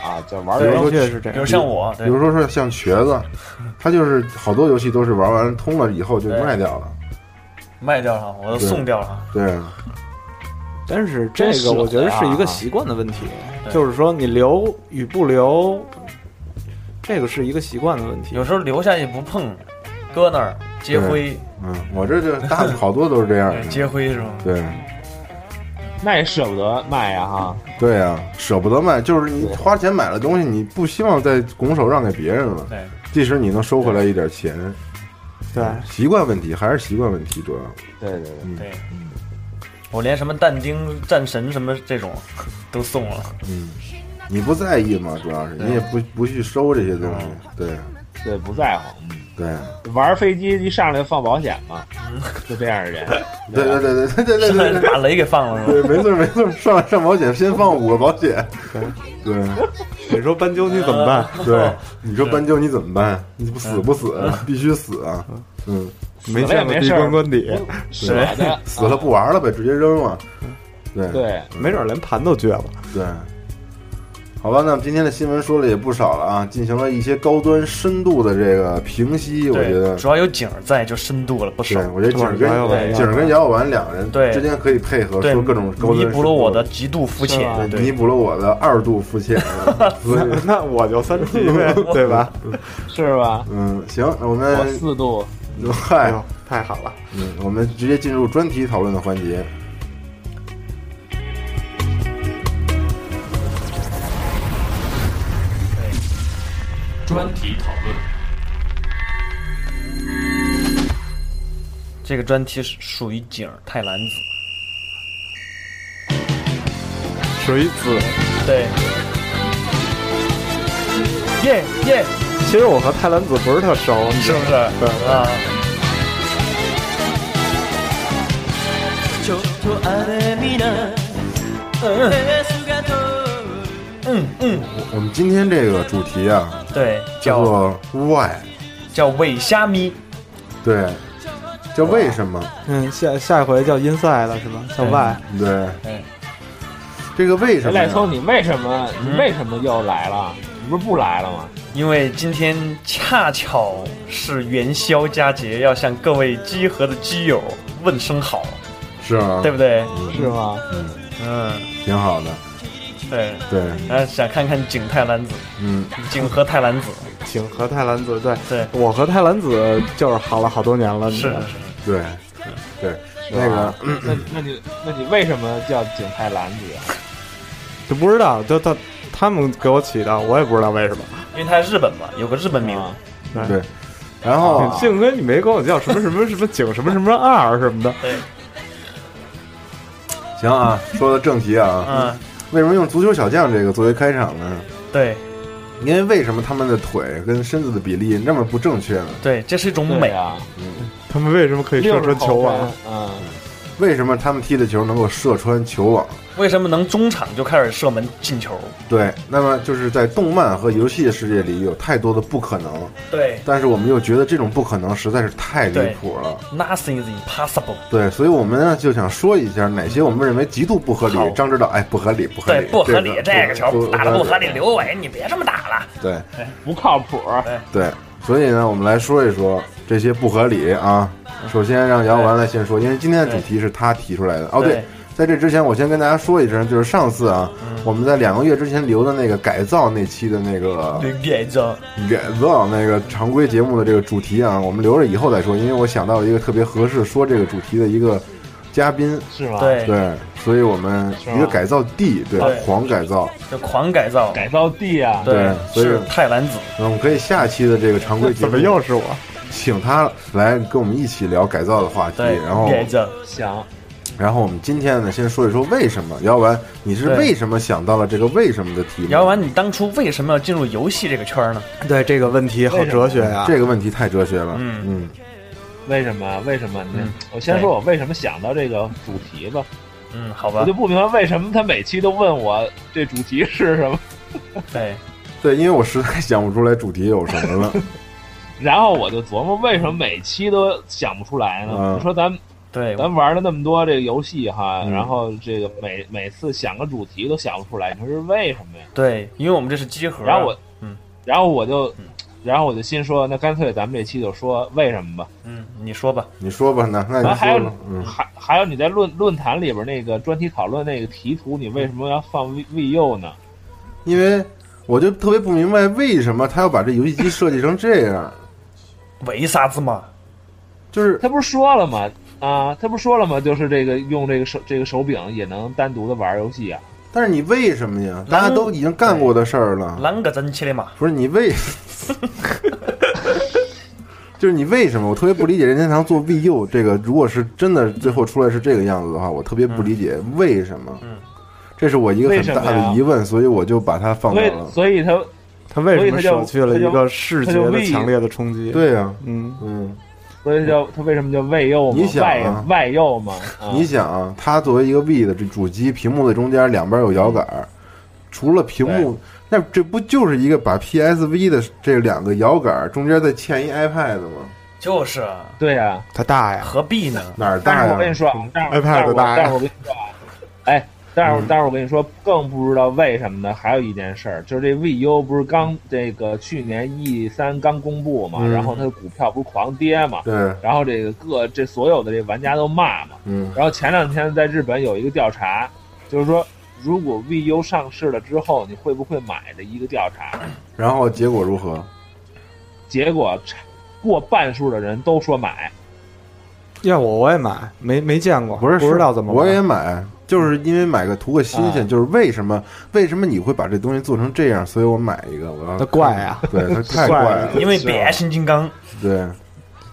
啊，就玩比儿如说的游戏确是这比样如。像我，比对如说是像瘸子，他就是好多游戏都是玩完通了以后就对卖掉了。卖掉了，我都对送掉了，对，但是这个我觉得是一个习惯的问题，对就是说你留与不留，这个是一个习惯的问题。有时候留下也不碰，搁那儿接灰，嗯，我这就大好多都是这样的。接灰是吗？对那也舍不得卖呀哈，对啊，舍不得卖，就是你花钱买了东西，你不希望再拱手让给别人了，对，即使你能收回来一点钱。对，习惯问题还是习惯问题主要。对对对，嗯对，我连什么蛋精、战神什么这种都送了，嗯，你不在意嘛，主要是你也不不去收这些东西。对对不在乎，对玩飞机一上来放保险嘛，就这样的人， 对对对对对对对对对。 把雷给放了对，是吧？没错没错，上来上保险，先放五个保险。对你说斑鸠你怎么办？对，你说斑鸠你怎么办？你不死不死？必须死啊！嗯，没见过没地事儿关关底，舍得啊死了不玩了呗，直接扔了。对对，没准儿连盘都撅了。对，好吧，那么今天的新闻说了也不少了啊，进行了一些高端深度的这个评析，我觉对，得。主要有景儿在就深度了不少对，，我觉得景儿这玩意儿跟对景儿跟姚婉两人对之间可以配合对，说各种高端弥深补度啊了我的，极度肤浅是吧，弥对，补了我的二度肤浅，所 以 那我就三七呗， 对吧？是吧？嗯，行，那我我们四度，哎嗨，呦，太好了。嗯，我们直接进入专题讨论的环节。专题讨论。这个专题是属于景儿太蓝子，水子，对，耶耶，其实我和泰兰子不是特熟，你知是道不吗是啊？ちょっとあれ見な呃ですが通嗯嗯，我们今天这个主题啊，对，叫叫做 “why”，叫伪虾米，对，叫为什么？嗯，下下一回叫 inside 了是吧？叫嗯 y 对哎，这个为什么赖呀？聪，你为什么嗯你为什么又来了？你不是不来了吗？因为今天恰巧是元宵佳节，要向各位集合的基友问声好，是啊，对不对？是吗？嗯，挺好的，对，对，然后想看看景泰蓝子，嗯，景和泰蓝子，请和泰兰子对，对，我和泰兰子就是好了好多年了，你知是道吗是是对，对，那个啊那那你那你为什么叫景泰蓝子？就不知道，就他他们给我起的，我也不知道为什么。因为他是日本嘛，有个日本名，啊，对，然后啊幸亏你没跟我叫什么什么什么景什么什么二什么的，对，行啊，说到正题啊，嗯，为什么用足球小将这个作为开场呢？对因为为什么他们的腿跟身子的比例那么不正确呢？对，这是一种对美，啊，他们为什么可以射穿球啊网？啊嗯，为什么他们踢的球能够射穿球网？为什么能中场就开始射门进球？对，那么就是在动漫和游戏的世界里有太多的不可能，对但是我们又觉得这种不可能实在是太离谱了。 ，Nothing is impossible。对，所以我们呢就想说一下哪些我们认为极度不合理好。张指导，哎，不合理，不合对理，，不合理，这个球打的不合理。理。刘伟，你别这么打了。对不靠谱。对，所以呢，我们来说一说这些不合理啊。首先让姚完来先说，因为今天的主题是他提出来的。哦，对对，嗯在这之前，我先跟大家说一声，就是上次啊，我们在两个月之前留的那个改造那期的那个别争，改造那个常规节目的这个主题啊，我们留着以后再说，因为我想到了一个特别合适说这个主题的一个嘉宾，是吗？，对，对，所以我们一个改造地，对对，黄改造，就狂改造，改造地啊，对所以是泰兰子，那我们可以下期的这个常规节怎目，么又是我？请他来跟我们一起聊改造的话题，对，然后别争，想然后我们今天呢，先说一说为什么，姚文，你是对为什么想到了这个为什么的题目？姚完，你当初为什么要进入游戏这个圈儿呢？对这个问题好哲学呀、啊这个问题太哲学了，嗯嗯为什么？为什么呢？嗯我先说我为什么想到这个主题吧。嗯，好我吧就，不明白为什么他每期都问我这主题是什么， 对，对，因为我实在想不出来主题有什么了，然后我就琢磨为什么每期都想不出来呢？嗯你说咱对，咱玩了那么多这个游戏哈，嗯然后这个每每次想个主题都想不出来，你说是为什么呀？对，因为我们这是集合啊，然后我，嗯，然后我就嗯，然后我就心说，那干脆咱们这期就说为什么吧。嗯，你说吧，你说吧，那那你啊还有说吧，嗯，还还有你在论论坛里边那个专题讨论那个题图，你为什么要放 V V U 呢？因为我就特别不明白为什么他要把这游戏机设计成这样， 为啥子嘛？就是他不是说了吗？啊，他不是说了吗？就是这个用这个手这个手柄也能单独的玩游戏啊。但是你为什么呀？大家都已经干过的事儿了，啷个整起的嘛？不是你为， 就是你为什么？我特别不理解任天堂做 VU 这个，如果是真的最后出来是这个样子的话，我特别不理解为什么。嗯这是我一个为很什么大的呀疑问，所以我就把它放到所以了，。所以他他为什么所以他舍就去了一个视觉的强烈的冲击？，对呀、嗯，嗯，所以叫他为什么叫外右嘛？你想外啊外右嘛？啊你想啊，它作为一个 V 的这主机，屏幕的中间两边有摇杆儿，除了屏幕，那这不就是一个把 PSV 的这两个摇杆儿中间再嵌一 iPad 吗？就是啊，对呀、他大呀，何必呢？哪儿但大是哎我跟呀你？说啊，但是 iPad 大呀但是我跟你说啊，哎，但嗯是但是我跟你说，更不知道为什么呢？还有一件事儿，就是这 VU 不是刚这个去年 E 三刚公布嘛，嗯然后它的股票不是狂跌嘛，对，然后这个各这所有的这玩家都骂嘛，嗯然后前两天在日本有一个调查，就是说如果 VU 上市了之后，你会不会买的一个调查，然后结果如何？结果过半数的人都说买。要我我也买，没没见过，不是，不知道怎么玩我也买，就是因为买个图个新鲜，啊就是为什么为什么你会把这东西做成这样，所以我买一个，我要那怪啊，对，它太怪啊怪了了，因为变形金刚，对，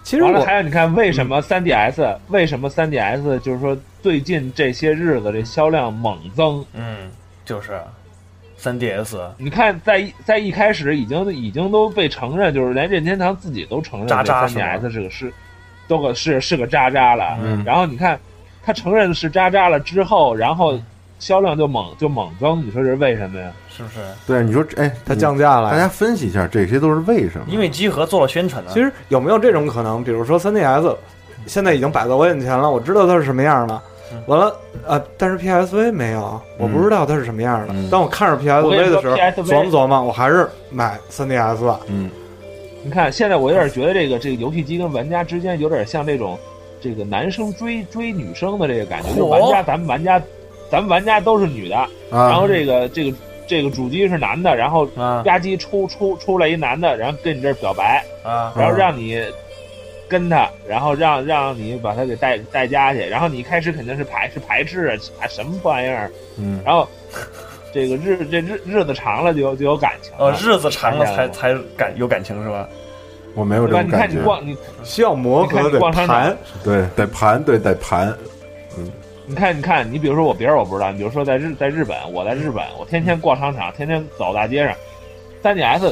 其实完了，我嗯还有你看，为什么 3DS？、为什么 3DS？就是说最近这些日子这销量猛增。嗯，就是三 DS 你看在，一在一开始已经已经都被承认，就是连任天堂自己都承认这渣渣是吗 3DS 是个是，都个是是个渣渣了。嗯然后你看，他承认是渣渣了之后，然后销量就猛就猛增，你说这是为什么呀？是不是？对，你说这哎，它你降价大了家。分析一下，这些都是为什么？因为集合做了宣传呢其。实有没有这种可能？比如说 3DS，现在已经摆在我眼前了，我知道它是什么样的嗯。完了，呃，但是 PSV 没有，我不知道它是什么样的。嗯当我看着我跟 PSV 你的说时候， PSV 琢磨琢磨，我还是买 3DS 吧。嗯，你看，现在我有点觉得这个这个游戏机跟玩家之间有点像这种这个男生追追女生的这个感觉。嚯就玩家，咱们玩家，咱们玩家都是女的，然啊后，这个这个这个主机是男的，然后啊吧唧出出出来一男的，然后跟你这儿表白，啊！然后让你跟他，然后让让你把他给带带家去，然后你一开始肯定是排是排斥啊，啊什么玩意儿，嗯，然后这个日这日日子长了就有就有感情了。啊哦，日子长哎了才看见了才感有感情是吧？我没有对这吧？种你看感你觉，逛你需要磨你合看你得逛商场盘，对，得盘，对，得盘，你看，你看，你比如说我别人我不知道，你比如说在日在日本，我在日本，我天天逛商场，天天走大街上，3 DS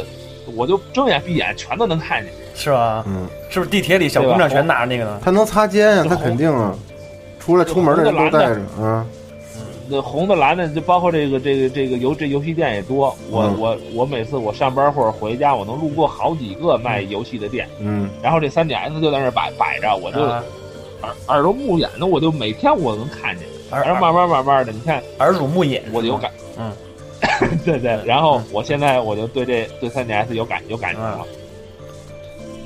我就睁眼闭眼全都能看见。是吧？嗯，是不是地铁里小姑娘全拿着那个呢？他能擦肩呀，就他红肯定啊，出来出门的人都带着啊，那红的蓝的，就包括这个这个这个游这游戏店也多。我、嗯我我每次我上班或者回家，我能路过好几个卖游戏的店，嗯，然后这 3DS 就在那儿摆摆着，我就啊，耳耳朵目眼的，我就每天我能看见。啊耳然后慢慢慢慢的，你看耳濡目染，我就有感，嗯， 对对。然后我现在我就对这对 3DS 有感有感情嗯了。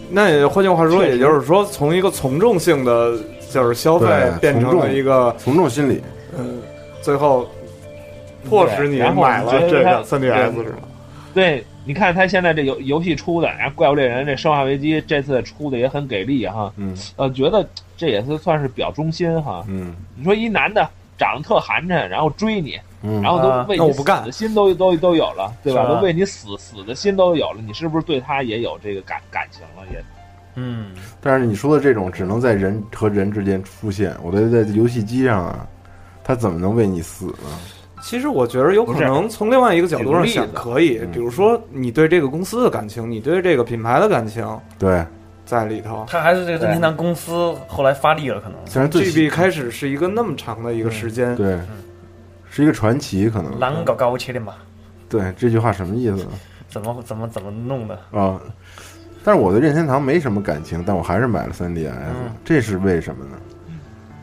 那也换句话说，确也实就是说，从一个从众性的就是消费对变成从了众一个，从众心理，嗯，最后迫使你对然后买了觉得这它个三 DS 是吗？对，你看他现在这游游戏出的，然后《怪物猎人》这《生化危机》这次出的也很给力哈，嗯呃，觉得这也是算是表忠心哈。嗯你说一男的长得特寒碜，然后追你，嗯然，后都啊为那你我不死干的心都都都有了，对吧？是啊都为你死死的心都有了，你是不是对他也有这个感感情了？也嗯，但是你说的这种只能在人和人之间出现，我觉得在游戏机上啊，他怎么能为你死呢？其实我觉得有可能从另外一个角度上想不是，可以嗯，比如说你对这个公司的感情，你对这个品牌的感情对，在里头。他还是这个任天堂公司后来发力了，可能虽然最 GB 开始是一个那么长的一个时间，对，是一个传奇，可能狼搞高切的嘛，对这句话什么意思呢怎么怎么怎么弄的？啊？但是我对任天堂没什么感情，但我还是买了 3DS，、嗯这是为什么呢？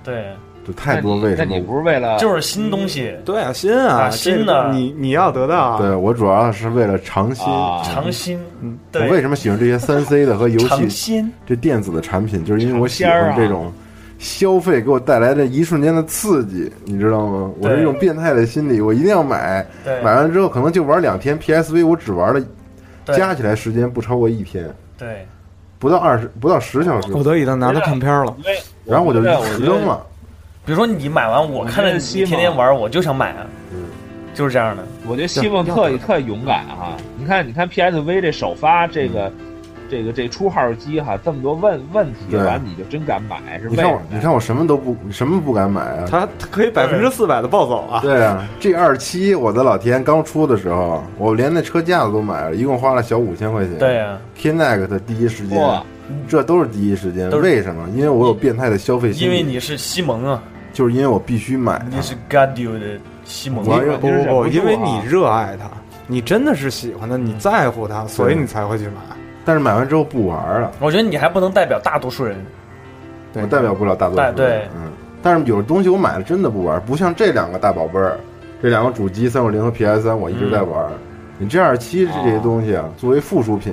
对，就太多为那什么你那你不是为了就是新东西，嗯对啊，新啊，啊新这个的你你要得到啊，对我主要是为了尝新。啊？尝新，嗯我为对，什么喜欢这些三 C 的和游尝戏新，这电子的产品，就是因为我喜尝鲜儿欢啊这种消费给我带来的一瞬间的刺激，你知道吗？我对是一种变态的心理，我一定要买，对，买完之后可能就玩两天，PSV 我只玩了加对，起来时间不超过一天，对，不到二十不到十小时，不得已的拿它看片了。因为然后我就觉得我觉得扔了。比如说你买完，我看着你天天玩，我就想买啊，嗯就是这样的，我觉得西蒙特特勇敢哈、你看，你看 PSV 这首发这个。这个这出号机哈，这么多问问题，对完你就真敢买，是为你什看么我，你看我什么都不什么不敢买啊。它它可以百分之四百的暴走啊！对啊，G 二七，我的老天，刚出的时候，我连那车架子都买了，一共花了小五千块钱。对啊， Kinect 第一时间哇，这都是第一时间。都是为什么？因为我有变态的消费心因理，为你是西蒙啊，就是因为我必须买它你。是 Gadio 的西蒙，我不真不是忍不不，住因为你啊热爱它，你真的是喜欢它，你在乎它，所以你才会去买。但是买完之后不玩了，我觉得你还不能代表大多数人，我代表不了大多数人。但对嗯。但是有的东西我买了真的不玩，不像这两个大宝贝儿，这两个主机三六零和 PS 三，我一直在嗯玩。你 G 二七这些东西啊，作为附属品，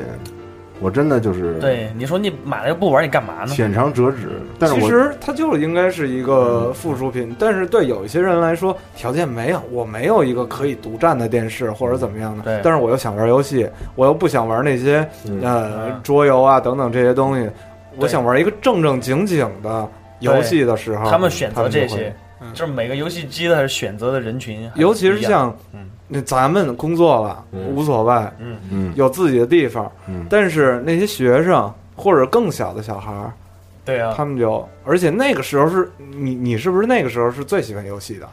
我真的嗯就是对，你说你买了又不玩，你干嘛呢？浅尝辄止。但是其我实它就应该是一嗯个附属品，但是对有一些人来说，条件没有，我没有一个可以独占的电视或者怎么样的，嗯对但是我又想玩游戏，我又不想玩那些嗯呃嗯桌游啊等等这些东西，我对想玩一个正正经经的游戏的时候，他们选择这他们就些会，，就是每个游戏机的还是选择的人群还不一样，嗯尤其是像嗯那咱们工作了无所谓，嗯嗯有自己的地方，嗯但是那些学生或者更小的小孩儿，对啊，他们就而且那个时候是你你是不是那个时候是最喜欢游戏的？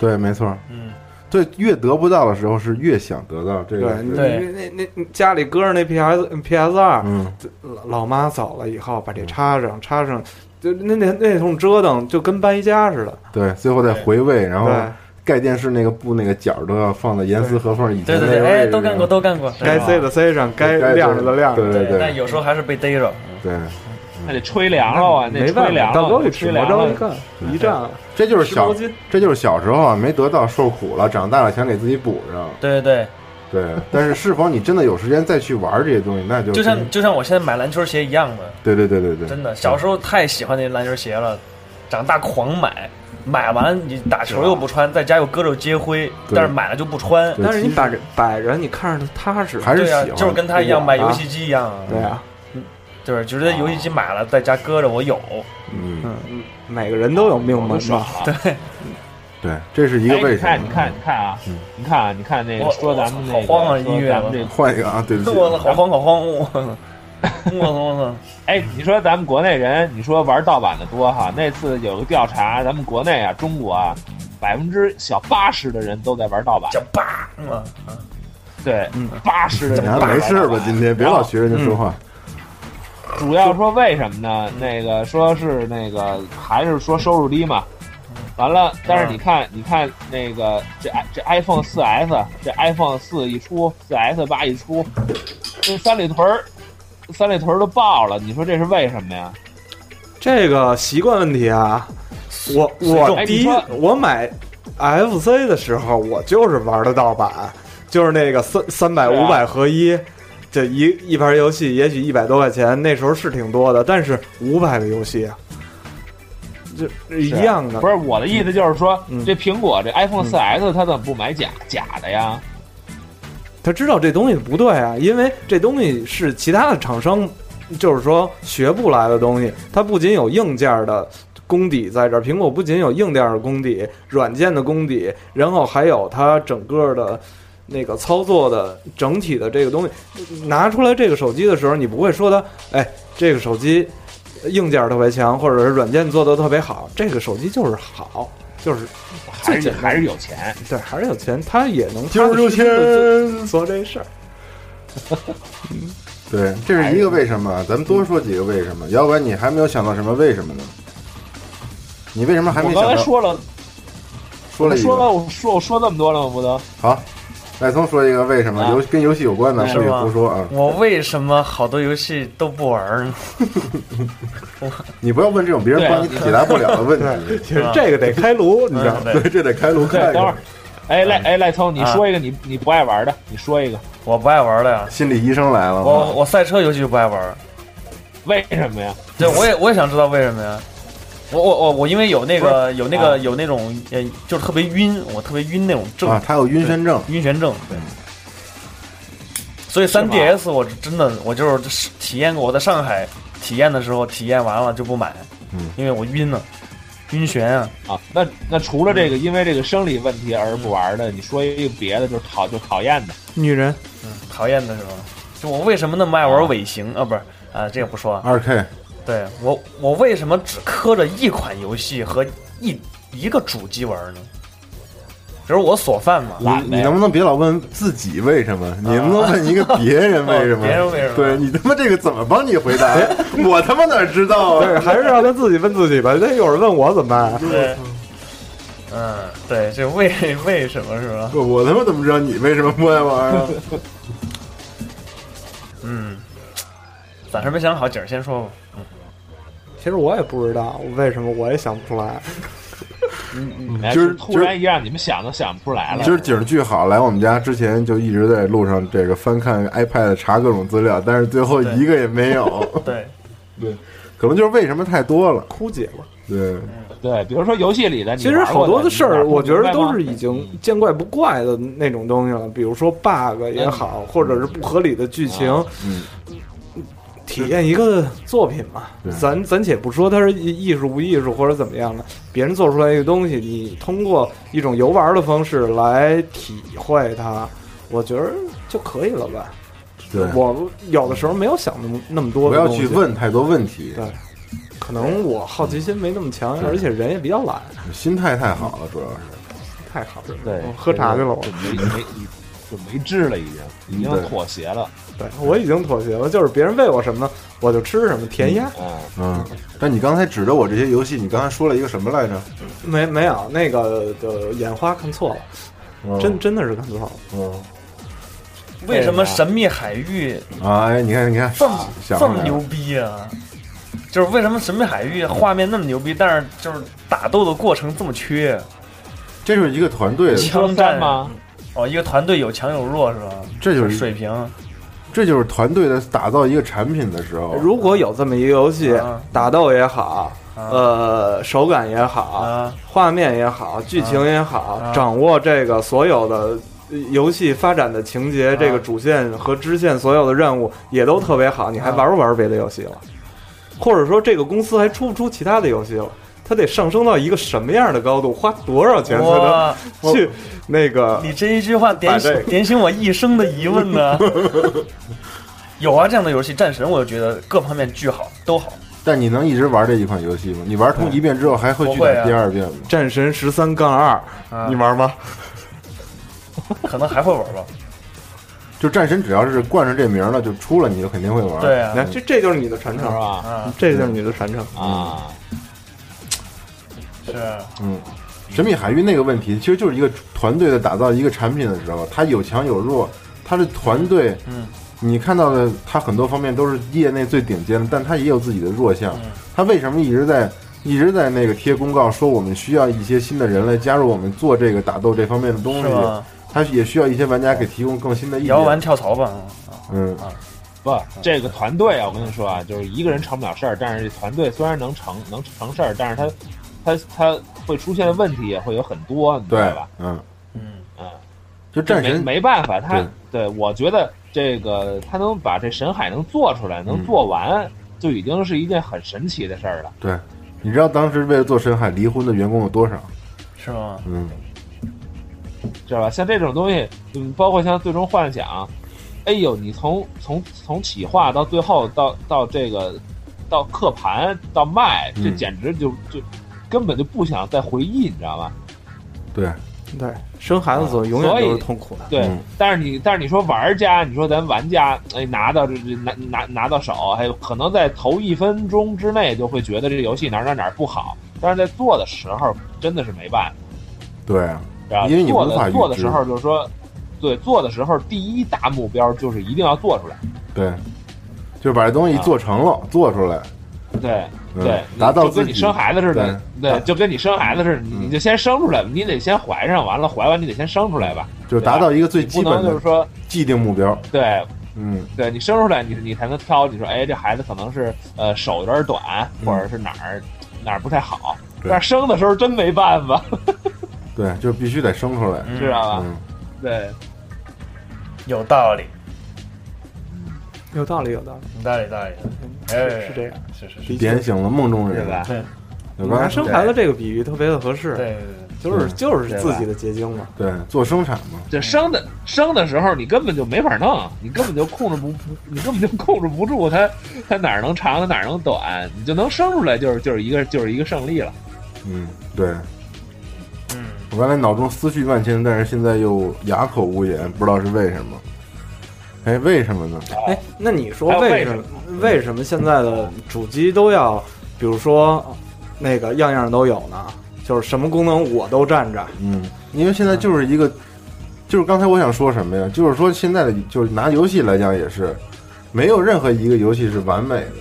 对，没错。嗯，对，越得不到的时候是越想得到，这个对，是你对那那那家里搁着那 PS PS 二，嗯，老老妈走了以后把这插上插上，就那那那通折腾就跟搬一家似的。对，最后再回味，然后对，盖电视那个布那个角儿都要放在严丝合缝以对前对那个对，哎，位置都干过，都干过，啊该塞的塞上，该亮着的亮着。对对但对有时候还是被逮着，对，那得吹凉了啊，那没吹办凉法，了，到沟里吹吃凉魔了咒一看一站，这就是十小多，斤。这就是小时候啊，没得到受苦了，长大了想给自己补上，对对对。但是是否你真的有时间再去玩这些东西，那就对，就像就像我现在买篮球鞋一样的，对对对对对，真的，小时候太喜欢那篮球鞋了，长大狂买，买完你打球又不穿，在家又搁着接灰，对但是买了就不穿，对但是你其实摆着摆着，你看着它踏实。还是对呀、喜欢，就是跟他一样买游戏机一样啊，对啊，就是觉得游戏机买了在家搁 着，我有，嗯，嗯，每个人都有命门都爽嘛。了。对，这是一个嗯哎为你什么？看，你看，你看啊，你看啊，你看那个我说咱们那好个慌啊说音乐咱们这 换一个啊，对不起，我好慌好慌，我 我操我操！哎，你说咱们国内人，你说玩盗版的多哈？那次有个调查，咱们国内啊，中国啊，百分之小八十的人都在玩盗版叫，叭嘛，啊对，八十的你人还都在玩没事盗吧版？今天别老学人家说话。主要说为什么呢？那个说是那个还是说收入低嘛？完了，但是你看，你看那个这 i 这 iPhone 四 S，这 iPhone 四一出，四 S 八一出，这三里屯儿，三里屯儿都爆了。你说这是为什么呀？这个习惯问题啊，我我哎第你一说我买 FC 的时候，我就是玩的盗版，就是那个三三百对五啊百合一，这一一盘游戏也许一百多块钱，那时候是挺多的，但是五百个游戏啊，这这一样的不是我的意思，就是说、嗯这苹果这 iPhone 四 S 它怎么不买假假的呀？他知道这东西不对啊，因为这东西是其他的厂商，就是说学不来的东西。它不仅有硬件的功底在这儿，苹果不仅有硬件的功底、软件的功底，然后还有它整个的那个操作的整体的这个东西。拿出来这个手机的时候，你不会说它，哎，这个手机硬件特别强，或者是软件做的特别好，这个手机就是好，就是哎还最是简单还是有钱？对，还是有钱，它也能就是有钱踏踏实实地做做这事儿。对，这是一个为什么，咱们多说几个为什么，要不然你还没有想到什么为什么呢？你为什么还我没刚想才到？说了，说了一说个，了，我说我说那么多了吗？不都好，赖聪说一个为什么啊游跟游戏有关的，是不许吗胡说啊！我为什么好多游戏都不玩呢？ 你不要问这种别人对啊帮你解答不了的问题，其实这个得开炉，你知道吗？对对，这得开炉对，看等会看儿。。哎，赖哎赖聪，你啊说一个你你不爱玩的，你说一个我不爱玩的呀，心理医生来了，啊我我赛车游戏就不爱玩。为什么呀？对，我也我也想知道为什么呀。我我我我因为有那个有那个有那种呃，就是特别晕，我特别晕那种症，啊，他有晕眩症，晕眩症。对。所以是吗 3DS 我真的我就是体验过，我在上海体验的时候体验完了就不买，嗯，因为我晕了，晕眩啊。啊，那那除了这嗯个，因为这个生理问题而不玩的，你说一个别的，就是讨就讨厌的，嗯女人讨厌的是吧？就我为什么那么爱玩尾行啊？不是啊，这个不说啊。二 K 对我，我为什么只磕着一款游戏和一一个主机玩呢？比如我锁饭嘛，懒你呗。能不能别老问自己为什么？你能不能问一个别 人为什么？哦啊别人为什么对你他妈这个怎么帮你回 答？我他妈哪知道对，啊？还是让他自己问自己吧。那有人问我怎么办？对，嗯，对，这为为什么是吧？ 我我他妈怎么知道你为什么不爱玩 啊？嗯，暂时没想好，景儿先说吧。 其实我也不知道为什么，我也想不出来。嗯哎今儿突然一让你们想都想不出来了。今儿景儿巨好，来我们家之前就一直在路上这个翻看 iPad 查各种资料，但是最后对，一个也没有对，可能就是为什么太多了。枯竭了。对，对，比如说游戏里的，你其实玩过好多的的事儿，我觉得都是你已经见怪不怪的那种东西了，比如说 bug 嗯也好，或者是不合理的啊剧情。嗯，体验一个作品嘛对，咱咱且不说它是艺艺术不艺术或者怎么样的，别人做出来一个东西，你通过一种游玩的方式来体会它，我觉得就可以了吧。对，我有的时候没有想那么那么多不的要东西，去问太多问题，对可能我好奇心没那么强，而且人也比较懒，心态太好了，主要是。太好了。嗯对我喝茶去了我就没没就没治了，已经已经对妥协了。对，我已经妥协了，就是别人喂我什么，我就吃什么，填鸭。嗯，嗯，但你刚才指着我这些游戏，你刚才说了一个什么来着？嗯没没有那个的眼花看错了，嗯真真的是看错了。嗯为什哎么神秘海域啊，哎，你看，你看，这么想这出么来牛了，逼啊？就是为什么神秘海域画面那么牛逼，但是就是打斗的过程这么缺？这就是一个团队，枪说战三吗？哦，一个团队有强有弱是吧？这就是水平，这就是团队的打造一个产品的时候。哦如果有这么一个游戏啊，打斗也好，啊呃，手感也好啊，画面也好，剧情也好啊，掌握这个所有的。呃游戏发展的情节，这个主线和支线所有的任务也都特别好，你还玩不玩别的游戏了？或者说，这个公司还出不出其他的游戏了？它得上升到一个什么样的高度，花多少钱才能哇！去那个你这一句话点把这醒点醒我一生的疑问呢。 有啊，这样的游戏《战神》，我就觉得各方面巨好，都好。但你能一直玩这一款游戏吗？你玩通一遍之后还会去不会打啊第二遍吗？战神十三杠二，啊你玩吗？可能还会玩吧。就战神只要是冠上这名了，就出了你就肯定会玩。对啊你，看这这就是你的传是承，吧？啊，这就是你的传承。啊，是啊嗯，神秘海域那个问题，其实就是一个团队的打造一个产品的时候，它有强有弱，它的团队，嗯，你看到的它很多方面都是业内最顶尖的，但它也有自己的弱项嗯。它为什么一直在一直在那个贴公告说我们需要一些新的人来加入我们做这个打斗这方面的东是西？吧？它也需要一些玩家给提供更新的意也要玩见。跳槽吧？嗯啊嗯，不，这个团队啊，我跟你说啊，就是一个人成不了事儿，但是这团队虽然能成能成事儿，但是他他他会出现的问题也会有很多，你知道对吧？，嗯，嗯，嗯，就战没神没办法，他对对我觉得这个他能把这神海能做出来，嗯能做完，就已经是一件很神奇的事儿了。对，你知道当时为了做深海离婚的员工有多少？是吗？嗯，知道吧？像这种东西，嗯，包括像最终幻想，哎呦，你从从从企划到最后到到这个到刻盘到卖，这嗯简直就就根本就不想再回忆，你知道吧？对，对，生孩子总永远都是痛苦的。对，嗯但是你但是你说玩家，你说咱玩家，哎，拿到这这拿拿拿到手，还有可能在头一分钟之内就会觉得这游戏哪儿哪儿哪儿不好，但是在做的时候真的是没办法。对啊，是吧因为你做无法的预做的知时候就是说，对做的时候第一大目标就是一定要做出来，对，就是把这东西啊做成了，做出来，对嗯对，达到就自跟己你生孩子似的，对嗯对，就跟你生孩子似的，你就先生出来，你得先怀上，完了怀完你得先生出来吧，就是达到一个最你不基能本就是的说，既定目标。对嗯，对，你生出来你你才能挑，你说哎这孩子可能是呃手有点短，或者是哪儿哪儿不太好，对但是生的时候真没办法，对，就必须得生出来。嗯知啊道吧？嗯，对，有道理，有道理，有道理，有道理，道理。哎，是是这样。是是是，理解点醒了梦中对人，吧？对对你拿吧？生孩子这个比喻特别的合适，对对对。就是对就是自己的结晶嘛。对，做生产嘛，这生的生的时候，你根本就没法弄，你根本就控制不，你根本就控制不住它，它哪儿能长，它哪儿能短，你就能生出来，就是就是一个就是一个胜利了。嗯，对。嗯，我刚才脑中思绪万千，但是现在又哑口无言，不知道是为什么。哎，为什么呢？哎，那你还说有为为什么为什么现在的主机都要，比如说那个样样都有呢？就是什么功能我都占着，嗯，因为现在就是一个，就是刚才我想说什么呀？就是说现在的，就是拿游戏来讲也是，没有任何一个游戏是完美的，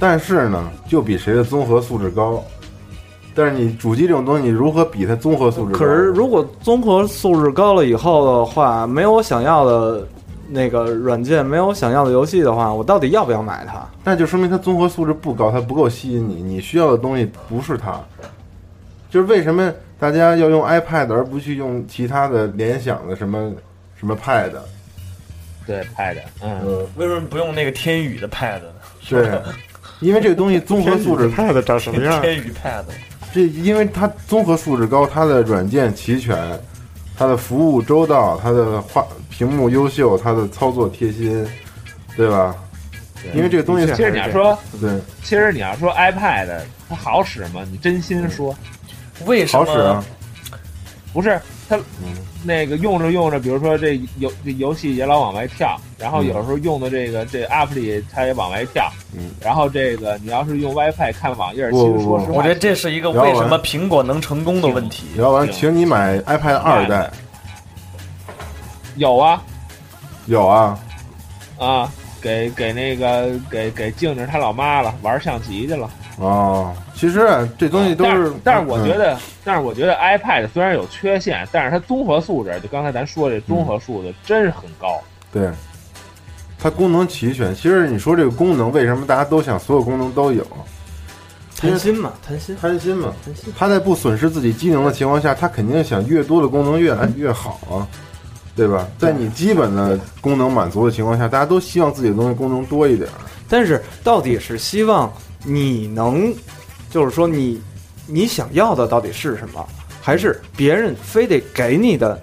但是呢，就比谁的综合素质高。但是你主机这种东西，你如何比它综合素质高？可是如果综合素质高了以后的话，没有我想要的那个软件，没有我想要的游戏的话，我到底要不要买它？那就说明它综合素质不高，它不够吸引你，你需要的东西不是它。就是为什么大家要用 iPad 而不去用其他的联想的什么什么 Pad？对，拍的，嗯，嗯，为什么不用那个天宇的 pad 呢？ 对，因为这个东西综合素质太的长什天宇 pad，这因为它综合素质高，它的软件齐全，它的服务周到，它的画屏幕优秀，它的操作贴心，对吧？因为这个东西其实你要说，对其实你要说 iPad 它好使吗？你真心说，为什好么？使啊，不是它嗯那个用着用着，比如说这游这游戏也老往外跳，然后嗯有时候用的这个这 App 里它也往外跳，嗯，然后这个你要是用 WiFi 看网页，其不不实说不实话，我觉得这是一个为什么苹果能成功的问题。姚完，请你买 iPad 二代，有啊，有啊，啊，给给那个给给静静她老妈了，玩象棋去了。哦，其实啊这东西都哦但是，但是我觉嗯得，但是我觉得 iPad 虽然有缺陷，但是它综合素质，就刚才咱说这综合素质真是很高。对，它功能齐全。其实你说这个功能，为什么大家都想所有功能都有？谈心嘛，谈心，贪心嘛，谈心。他在不损失自己机能的情况下，他肯定想越多的功能越来越好啊，对吧？在你基本的功能满足的情况下，大家都希望自己的东西功能多一点儿。但是到底是希望你能，就是说你你想要的到底是什么，还是别人非得给你的，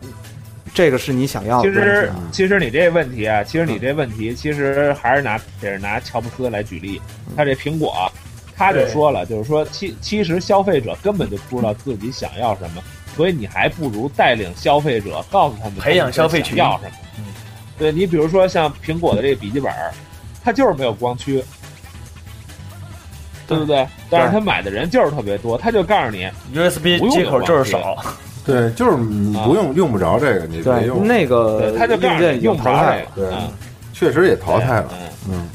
这个是你想要的其东西实啊。嗯其实你这问题啊，其实你这问题其实还是拿得是拿乔布斯来举例，嗯他这苹果啊、他就说了，就是说其其实消费者根本就不知道自己想要什么，所以你还不如带领消费者告诉他们培养消费他群们想要什么。对你比如说像苹果的这个笔记本儿，它就是没有光驱。对不对？但是他买的人就是特别多，他就告诉你， USB 不用接口的就是网少，对，就是你不用用不着这个，你别对，用，那个对，他就告呃硬件诉你已用经不淘着汰了。这个，对嗯确实也淘汰了。嗯，嗯，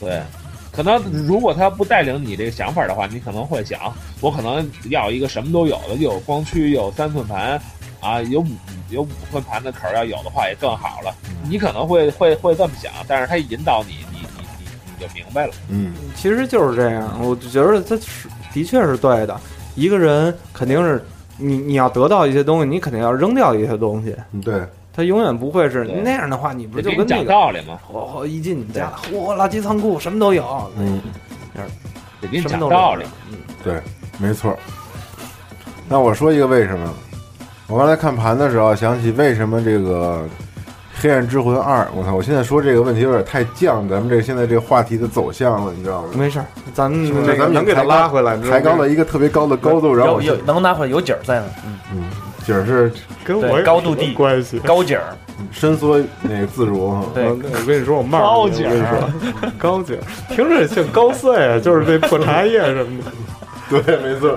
对，可能如果他不带领你这个想法的话，你可能会想，我可能要一个什么都有的，又有光驱，又有三寸盘，啊，有五有五寸盘的口儿，要有的话也更好了。嗯你可能会会会这么想，但是他引导你，你你你你就明白了。嗯，其实就是这样，我就觉得他是的确是对的。一个人肯定是你你要得到一些东西，你肯定要扔掉一些东西。嗯对，他永远不会是对那样的话，你不得是就给你跟那讲个道理嘛，嚯嚯一进你们家，嚯垃圾仓库什么都有，嗯，得给你什讲么都道理。。对，没错。那我说一个为什么？我刚才看盘的时候想起为什么这个《黑暗之魂二》，我操！我现在说这个问题有点太犟咱们这现在这个话题的走向了，你知道吗？没事儿，咱们就是那咱个们能给他抬高拉回来，抬高了一个特别高的高度，然后有我有能拿回来有景儿在呢，嗯，景儿是跟对我有高度地什么关系。高景儿，伸缩那个自如哈。对我我跟你说，我骂高你景我跟你说，高景儿，听着也像高碎，就是这破茶叶什么的。对，没错，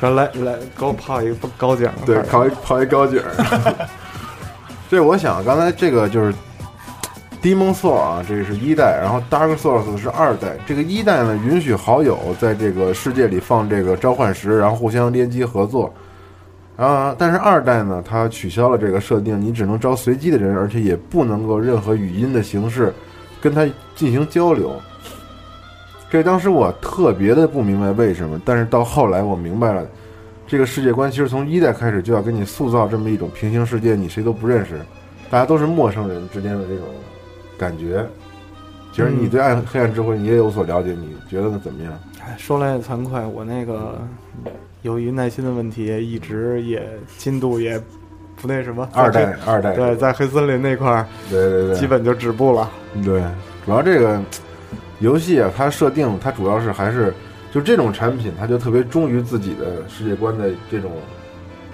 说 来来给我泡一个高脚， 对，考一考一高景儿。 这我想刚才这个就是。Demon Soul 啊，这是一代，然后 Dark Souls 是二代。这个一代呢，允许好友在这个世界里放这个召唤石，然后互相联机合作。啊，但是二代呢，它取消了这个设定，你只能招随机的人，而且也不能够任何语音的形式跟他进行交流。这当时我特别的不明白为什么，但是到后来我明白了，这个世界观其实从一代开始就要给你塑造这么一种平行世界，你谁都不认识，大家都是陌生人之间的这种感觉。其实你对暗黑暗之魂你也有所了解，你觉得呢怎么样？哎说来也惭愧，我那个由于耐心的问题，一直也进度也不那什么。二代，二代，对，在黑森林那块儿对对对，基本就止步了。对，主要这个游戏啊，它设定它主要是还是就这种产品，它就特别忠于自己的世界观的这种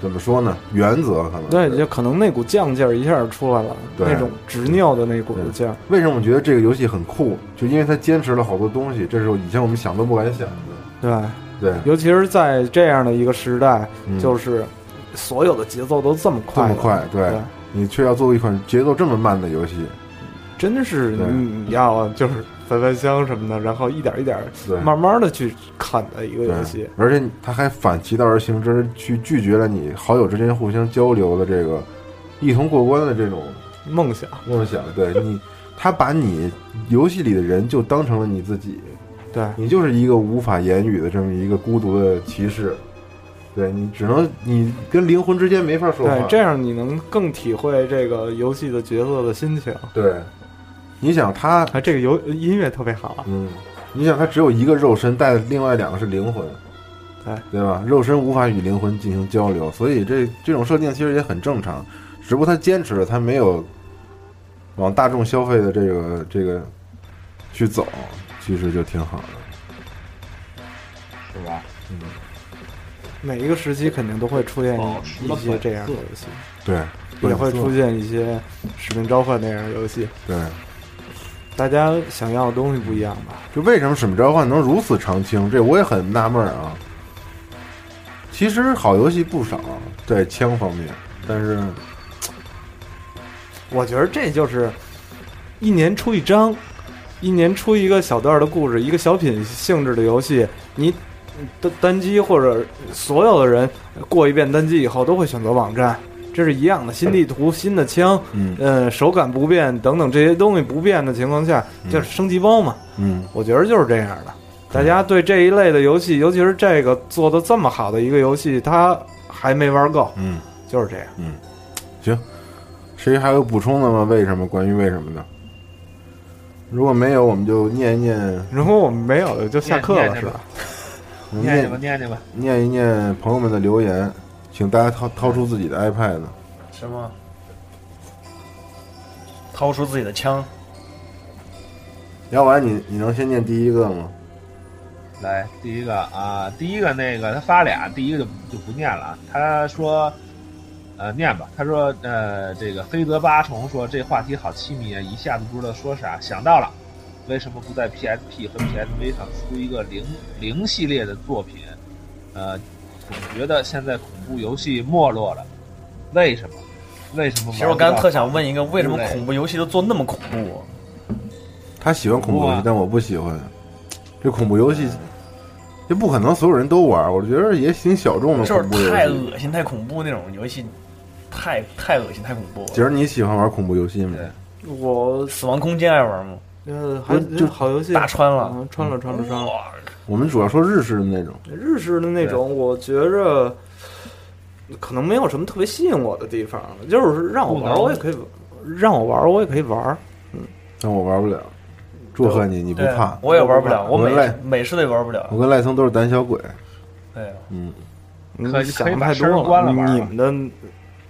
怎么说呢原则可能对，是就可能那股犟劲儿一下出来了，对那种执拗的那股子劲儿。为什么我觉得这个游戏很酷，就因为它坚持了好多东西，这是我以前我们想都不敢想的。对， 对，尤其是在这样的一个时代，嗯就是所有的节奏都这么这快，么快，对对你却要做一款节奏这么慢的游戏，真是对你要就是翻翻箱什么的，然后一点一点对，慢慢的去砍的一个对游戏。，而且它还反其道而行之，去拒绝了你好友之间互相交流的这个一同过关的这种梦想，梦想，对 你，他把你游戏里的人就当成了你自己，对你就是一个无法言语的这么一个孤独的骑士，对你只能你跟灵魂之间没法说话对，，这样你能更体会这个游戏的角色的心情。对，你想他，啊，这个游音乐特别好啊，嗯，你想他只有一个肉身，但另外两个是灵魂，对对吧？肉身无法与灵魂进行交流，所以这这种设定其实也很正常，只不过他坚持了，他没有往大众消费的这个这个去走，其实就挺好的。是吧？每一个时期肯定都会出现宝石一的些这样的游戏，对，也会出去。现一些使命召唤那样的游戏。对，大家想要的东西不一样吧？就为什么《使命召唤》能如此长青，这我也很纳闷儿啊。其实好游戏不少，在枪方面，但是我觉得这就是一年出一章，一年出一个小段儿的故事，一个小品性质的游戏，你。单单机或者所有的人过一遍单机以后都会选择网站，这是一样的。新地图、新的枪，嗯呃，手感不变等等这些东西不变的情况下，就是升级包嘛。嗯，我觉得就是这样的。大家对这一类的游戏，尤其是这个做的这么好的一个游戏，它还没玩够，嗯，就是这样。谁还有补充的吗？为什么？关于为什么的？如果没有，我们就念一念，如果我们没有就下课念了，嗯念是着吧？我们念去吧，念念去吧。念一念朋友们的留言，请大家掏掏出自己的 iPad。什么？掏出自己的枪。要不然你你能先念第一个吗？来，第一个啊，第一个那个他发俩，第一个就就不念了啊。他说，呃，念吧。他说，呃，这个黑泽八重说这话题好凄迷啊，一下子不知道说啥。想到了，为什么不在 PSP 和 PSV 上出一个零呃零系列的作品？呃，总觉得现在恐怖游戏没落了，为什么？为什么其玩不到？实我刚才特想问一个，为什么对恐怖游戏都做那么恐怖？啊他喜欢恐怖游恐怖戏啊，但我不喜欢。这恐怖游戏，也不可能所有人都玩儿。我觉得也挺小众的就恐怖游是太戏。恶心、太恐怖那种游戏，太太恶心、太恐怖姐了。儿，你喜欢玩恐怖游戏吗？对我死亡空间爱玩吗？呃还就好游戏大穿了嗯穿了穿了穿了。哇，我们主要说日式的那种。日式的那种，我觉着可能没有什么特别吸引我的地方，就是让我玩儿，不能我也可以让我玩儿，我也可以玩儿。但我玩不了。祝贺你，你不对怕。我也玩不了，我我不怕美我累式美式的也玩不了我。跟赖松都是胆小鬼。对，嗯，你可以想的可以把太多声关了玩了，儿你们的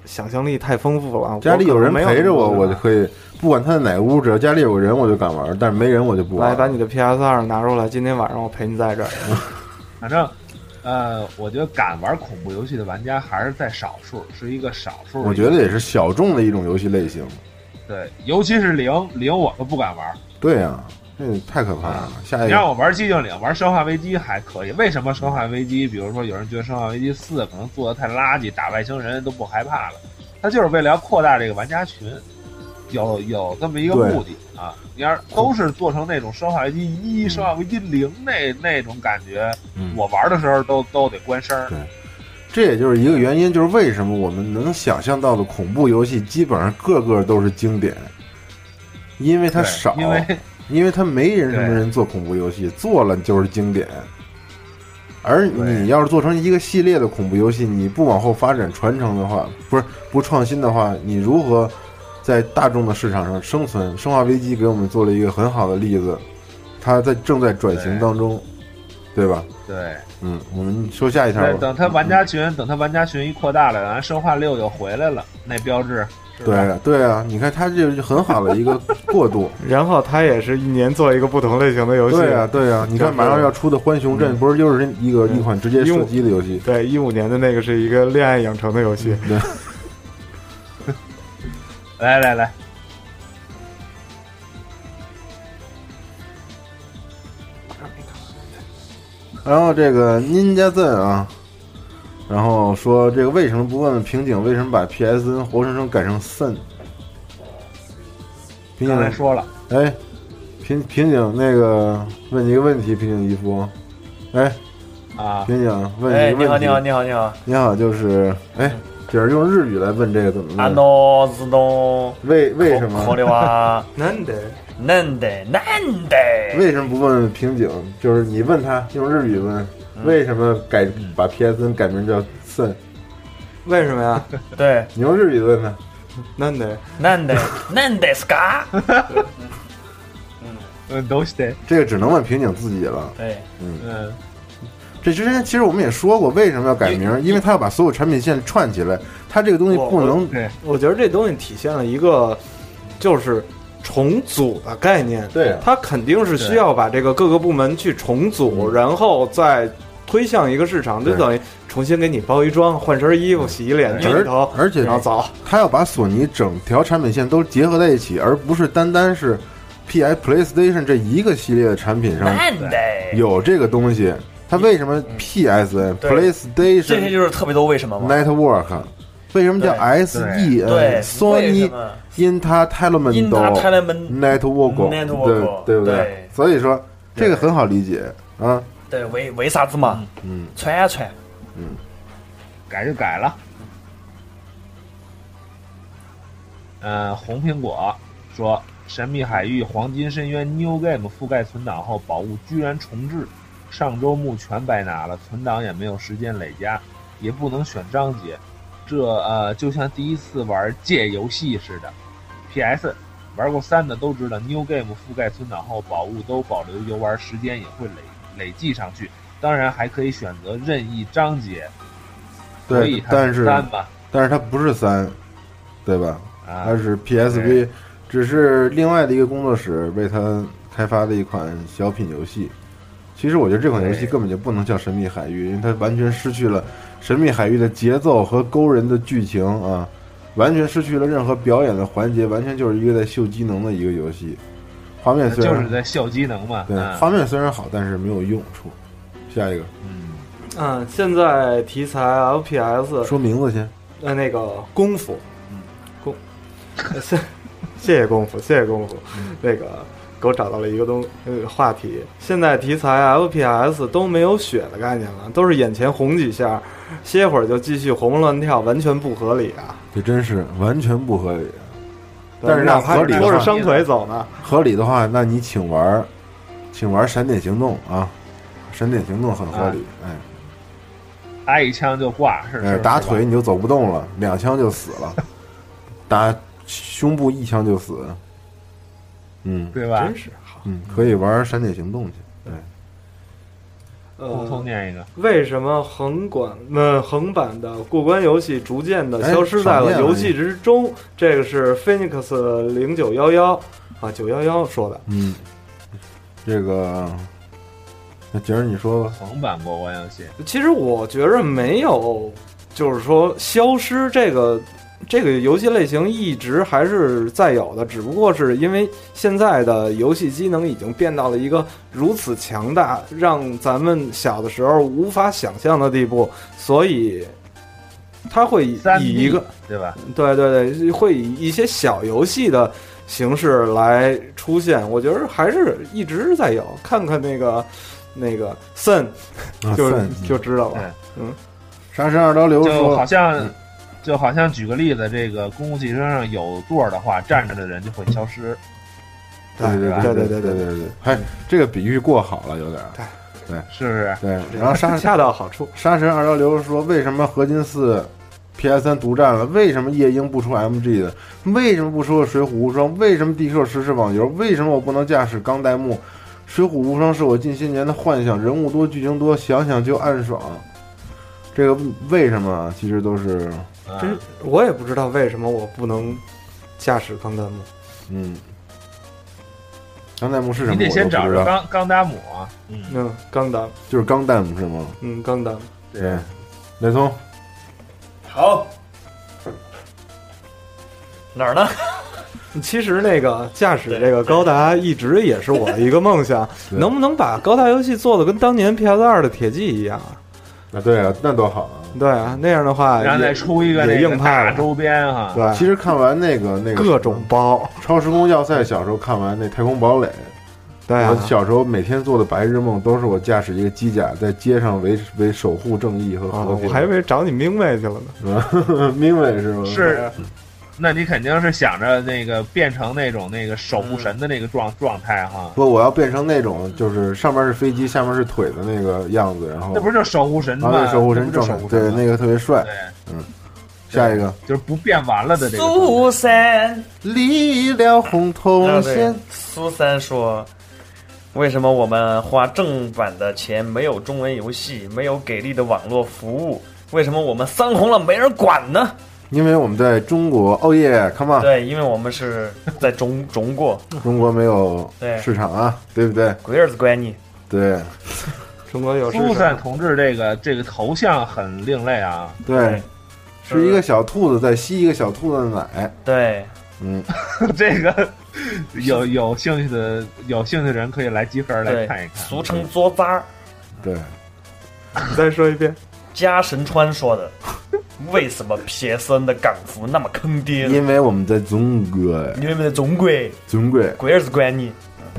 想象力太丰富了。家里有人陪着我，我可我就能没有那么多可以，不管他在哪个屋，只要家里有个人，我就敢玩。但是没人，我就不玩。来把你的 PS 二拿出来，今天晚上我陪你在这儿。反正，呃，我觉得敢玩恐怖游戏的玩家还是在少数，是一个少数。我觉得也是小众的一种游戏类型。对，尤其是零零，我都不敢玩。对呀、这也太可怕了。下一你让个，我玩寂静岭，玩生化危机还可以。为什么生化危机？比如说有人觉得生化危机四可能做的太垃圾，打外星人都不害怕了，他就是为了要扩大这个玩家群，有有这么一个对目的啊。你要是都是做成那种生化危机一、生化危机零那那种感觉，嗯我玩的时候都都得关声儿。这也就是一个原因，就是为什么我们能想象到的恐怖游戏基本上个个都是经典，因为它对少，因为因为他没人什么对人做恐怖游戏，做了就是经典。而对你要是做成一个系列的恐怖游戏，你不往后发展传承的话，不是不创新的话，你如何在大众的市场上生存？《生化危机》给我们做了一个很好的例子，它在正在转型对当中，对吧？对。嗯，我们说下一条对，吧。等他玩家嗯群，等他玩家群一扩大了，然后生化六就回来了，那标志是吧？对对啊，你看它就是很好的一个过 渡。然后他也是一年做一个不同类型的游戏。对啊，对啊，你看马上要出的《浣嗯熊镇》不是又是一个一款直接射击的游戏？对，一五年的那个是一个恋爱养成的游戏，来来来，然后这个 Ninja Zen 啊，然后说这个为什么不问问瓶颈为什么把 PSN 活生生改成 Sun？瓶刚才颈说了，哎，瓶瓶颈那个问你一个问题，瓶颈一夫，哎，啊，瓶颈问哎，你一你个问题，好，你好，你好，你好，你好，就是哎，就是用日语来问这个怎么阿问？诺自动。为嗯为什口么里哇，难得。难得难得。为什么不问瓶颈？就是你问他用日语问嗯为什么改把 PSN 改名叫 Sun？为什么呀？对，你用日语问他。难得。难 得难得是嘎。嗯，都是得，这个只能问瓶颈自己了。对，嗯，这之前其实我们也说过，为什么要改名？因为他要把所有产品线串起来，他这个东西不能对，我觉得这东西体现了一个就是重组的概念。对啊它肯定是需要把这个各个部门去重组，嗯然后再推向一个市场，就对等于重新给你包一装，换身衣服，洗一脸，而洗头，而且然后走。他要把索尼整条产品线都结合在一起，而不是单单是 P I PlayStation 这一个系列的产品上难得。有这个东西。他为什么 P S N 嗯对这些 PlayStation 就是特别多为什么嘛？ Network？为什么叫 S E 对 N 为什 Sony 嗯么 Entertainment？ ？Intertainment， network， Network，对对不对所以说这个很好理解啊，对，为为啥子嘛？嗯，传啊传，改就改了。呃，红苹果说，《神秘海域：黄金深渊》New Game 覆盖存档后，宝物居然重置，上周目全白拿了，存档也没有时间累加，也不能选章节，这呃就像第一次玩借游戏似的。P.S. 玩过三的都知道，New Game 覆盖存档后，宝物都保留游玩时间也会累累计上去，当然还可以选择任意章节。所对以它，但是三吧，但是它不是三，对吧？啊它，是 PSV 只是另外的一个工作室为它开发的一款小品游戏。其实我觉得这款游戏根本就不能叫《神秘海域》，因为它完全失去了《神秘海域》的节奏和勾人的剧情啊，完全失去了任何表演的环节，完全就是一个在秀机能的一个游戏。画面虽就然是在秀机能嘛。对，嗯画面虽然好，但是没有用处。下一个嗯，现在题材啊 FPS 说名字先，呃那个功夫，功，呃现 谢谢功夫，谢谢功夫。嗯那个给我找到了一个东呃话题，现在题材啊 FPS 都没有血的概念了，都是眼前红几下，歇会儿就继续活蹦乱跳，完全不合理啊！这真是完全不合理。但是哪要怕合理的拖着话双腿走呢，合理的话，那你请玩儿，请玩《闪点行动》啊，《闪点行动》很合理，哎挨一枪就挂，是哎，是打是吧腿你就走不动了，两枪就死了，打胸部一枪就死，嗯对吧真？是好。嗯，可以玩《闪点行动》去，通通呃，念一个，为什么横管呃横版的过关游戏逐渐的哎消失在少了念了游戏之中？这个是 Phoenix 零九幺幺啊九幺幺说的。嗯，这个，那杰儿你说吧，横版过关游戏，其实我觉着没有，就是说消失这个这个游戏类型一直还是在有的，只不过是因为现在的游戏机能已经变到了一个如此强大，让咱们小的时候无法想象的地步，所以它会以 3D 以一个对吧？对对对，会以一些小游戏的形式来出现。我觉得还是一直在有，看看那个那个 Sun 啊就算就知道了。杀神二刀流就说，嗯好像，就好像举个例子，这个公共汽车上有座的话，站着的人就会消失。对对对对对对对对，哎，这个比喻过好了有点儿，是不是？对，然后杀恰到好处。杀神二幺六说：“为什么合金四 PS 三独占了？为什么夜鹰不出 MG 的？为什么不出水浒无双？为什么 DQ 十是网游？为什么我不能驾驶钢弹幕？水浒无双是我近些年的幻想，人物多，剧情多，想想就暗爽。这个为什么啊其实都是，嗯真，我也不知道为什么我不能驾驶钢弹幕。嗯，钢弹幕是什么？你得先我找都不知着道，钢钢达姆啊。嗯，嗯，钢弹，就是钢弹幕是吗？嗯，钢弹。对，雷聪，好，哪儿呢？其实那个驾驶这个高达一直也是我的一个梦想，对能不能把高达游戏做的跟当年 PS 二的铁骑一样啊？啊，对啊，那多好啊！对啊，那样的话然后再也出一个也那硬个派了大周边哈。对，其实看完那个那个各种包，超时空要塞，小时候看完那《太空堡垒》，对啊我，小时候每天做的白日梦都是我驾驶一个机甲在街上维维守护正义和啊和我平。还以为找你明妹去了呢。明伟是吗？是，嗯那你肯定是想着那个变成那种那个守嗯护神的那个状状态哈。不，我要变成那种就是上面是飞机，下面是腿的那个样子，然后那不是就守护神然后吗？那守护神那不就状态守护，哦啊对神，吗那个特别帅。对，下一个，就是不变完了的这个状态。苏三，离了红啊铜线，苏三说：“为什么我们花正版的钱没有中文游戏，没有给力的网络服务？为什么我们三红了没人管呢？因为我们在中国，哦耶，come 啊 on，对，因为我们是在中中国，中国没有对市场啊，对不对？鬼儿子乖你。对中国有市苏场珊同志这个这个头像很另类啊， 对，是一个小兔子在吸一个小兔子的奶，对，嗯，这 个有有兴趣的有兴趣的人可以来集合来对看一看。俗称作渣儿。对，你再说一遍，加神川说的， 为什么 PSN 的港服那么坑爹呢？因为我们在中国，因为我们的中国，中国，鬼儿子乖你。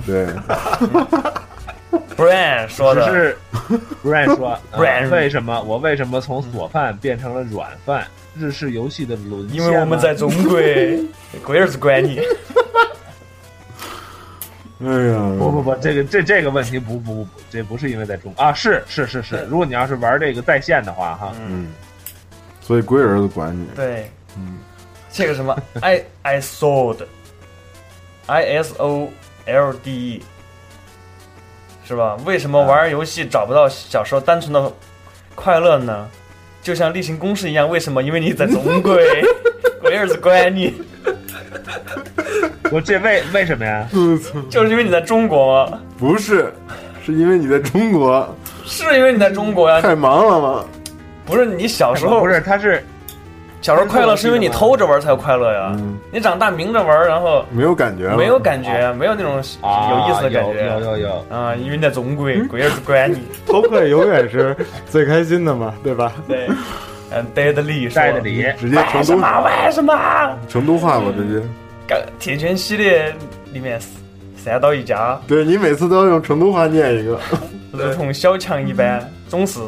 对。 Brian 说只的，是啊 Brian 说， Brian 嗯呃为什么我为什么从锁饭变成了软饭？日式游戏的沦陷因啊吗，为我们在中国， 鬼儿子乖你。哎呀，不不不，这个这这个问题不不不，不这不是因为在中啊，是是是是，如果你要是玩这个在线的话哈，嗯，所以龟儿子管你，对，嗯，这个什么 I I sold I S O L D E 是吧？为什么玩游戏找不到小时候单纯的快乐呢？就像例行公事一样，为什么？因为你在中国，鬼儿子乖你。我这为为什么呀？就是因为你在中国吗？不是，是因为你在中国是因为你在中国呀？太忙了吗？不是你小时候不是，他是小时候快乐是因为你偷着玩才有快乐呀。嗯，你长大明着玩，然后没有感觉了，没有感觉，没有那种有意思的感啊有觉有有有，啊，因为你在中国，鬼儿是管你。偷窥永远是最开心的嘛，对吧？对，嗯，呆的力说带着礼，直接成为什都么？为什么？成都话吧，直接。钢铁拳系列里面三刀一家，对你每次都要用成都话念一个， 如同小强一般，总是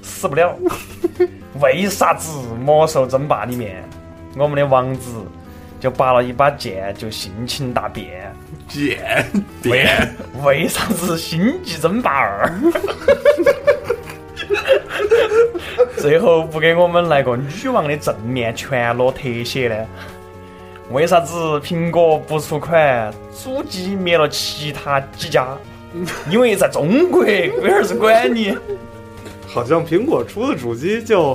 死不了。为啥子魔兽争霸里面，我们的王子就拔了一把剑就性情大变？姐，为为啥子星际争霸二？最后不给我们来个女王的正面全裸特写呢？为啥子苹果不出款，主机灭了其他几家？因为在中国，龟儿是管你。好像苹果出的主机就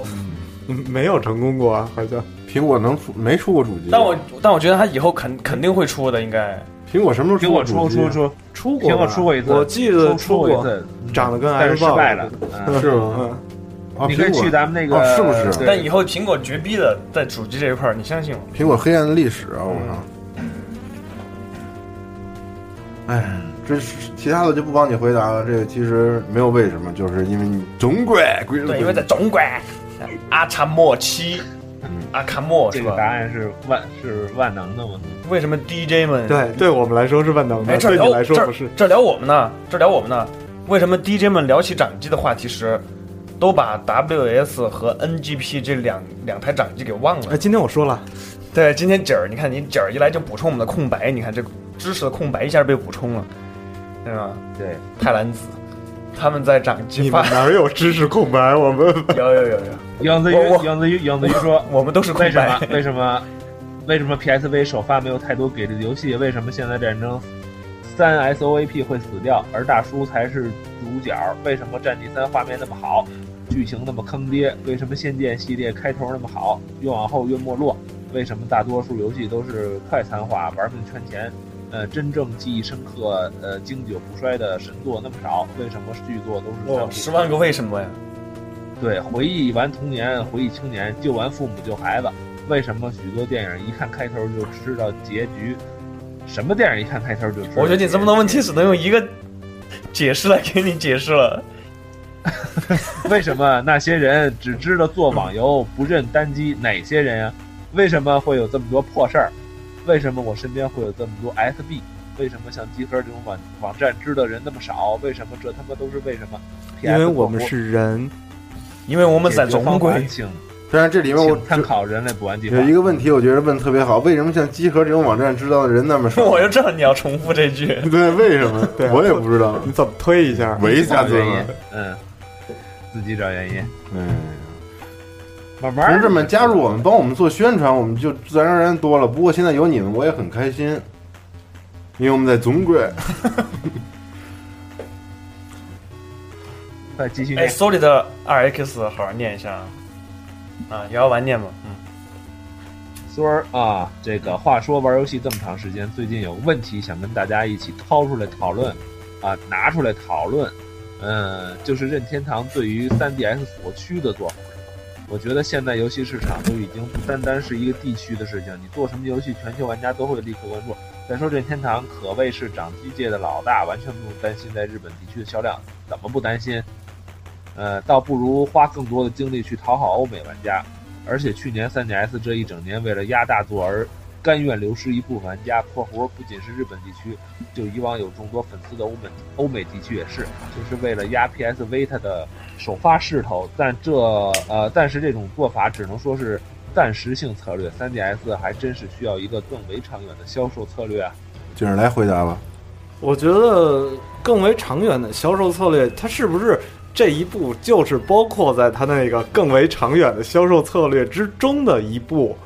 嗯没有成功过，啊，好像苹果能出没出过主机？但我但我觉得他以后肯肯定会出的，应该苹果什么时苹候果出过出主出机？啊出，出过吧，苹果出过一次，我记得出出过一过，次，嗯长得跟但是 X 失败了。哎嗯是吗？嗯，啊，你可以苹果去咱们那哦个，是不是对但以后苹果绝逼的在主机这一块儿，你相信我？苹果黑暗的历史啊！我靠！哎，这是其他的就不帮你回答了。这个其实没有为什么，就是因为你总归归对，因为在中国，阿卡莫七，嗯阿卡莫这是个吧？答案是万是万能的吗？为什么 DJ 们？，对，对我们来说是万能哎，的，这对聊你来说这不是。这聊我们呢，这聊我们呢，为什么 DJ 们聊起掌机的话题时，都把 WS 和 NGP 这两两台掌机给忘哎，了？今天我说了，对，今天景儿，你看你景儿一来就补充我们的空白，你看这知识的空白一下被补充了，对吧？对，泰兰子，他们在掌机你发们，哪有知识空白？我 们有有有有，杨子我我瑜，杨子瑜，杨子瑜说，我们都是空为什白么？。为什么？为什么 PSV 首发没有太多给力的游戏？为什么现在战争三 SOAP 会死掉，而大叔才是主角？为什么战地三画面那么好，剧情那么坑爹？为什么仙剑系列开头那么好，越往后越没落？为什么大多数游戏都是快餐化，玩命圈钱？呃，真正记忆深刻、呃经久不衰的神作那么少，为什么剧作都是三 哦部，曲十万个为什么呀？对，回忆完童年，回忆青年，救完父母，救孩子。为什么许多电影一看开头就知道结局？什么电影一看开头就知我道？觉得你这么多问题只能用一个解释来给你解释了。为什么那些人只知道做网游，不认单机？哪些人啊？为什么会有这么多破事儿？为什么我身边会有这么多 SB？为什么像集合这种网网站知道人那么少？为什么这他妈都是为什么？ 因为我们是人，因为我们在中国，请但是这里面我请参考人类补完计划有。一个问题，我觉得问得特别好，为什么像集合这种网站知道的人那么少？ 我就知道你要重复这句。对，为什么？对啊我也不知道。 你怎么推一下？为啥找子原呢因？，嗯，自己找原因。哎，慢慢儿同志们加入我们，帮我们做宣传，我们就自然而然多了。不过现在有你们，我也很开心，因为我们在总归快继续哎念。 ，Solid 二 X 好好念一下啊，啊，也要完念吧。嗯，孙儿啊，这个话说玩游戏这么长时间，最近有个问题想跟大家一起掏出来讨论，啊，拿出来讨论，嗯，就是任天堂对于 3DS 所需的做法。我觉得现在游戏市场都已经不单单是一个地区的事情，你做什么游戏，全球玩家都会立刻关注。再说任天堂可谓是掌机界的老大，完全不用担心在日本地区的销量，怎么不担心？呃，倒不如花更多的精力去讨好欧美玩家，而且去年 3DS 这一整年为了压大作而甘愿流失一部分玩家，破活不仅是日本地区，就以往有众多粉丝的欧美欧美地区也是，就是为了压 PS Vita 的首发势头。但这呃，但是这种做法只能说是暂时性策略，3DS 还真是需要一个更为长远的销售策略啊。景儿来回答吧。我觉得更为长远的销售策略，它是不是这一步就是包括在它那个更为长远的销售策略之中的一步。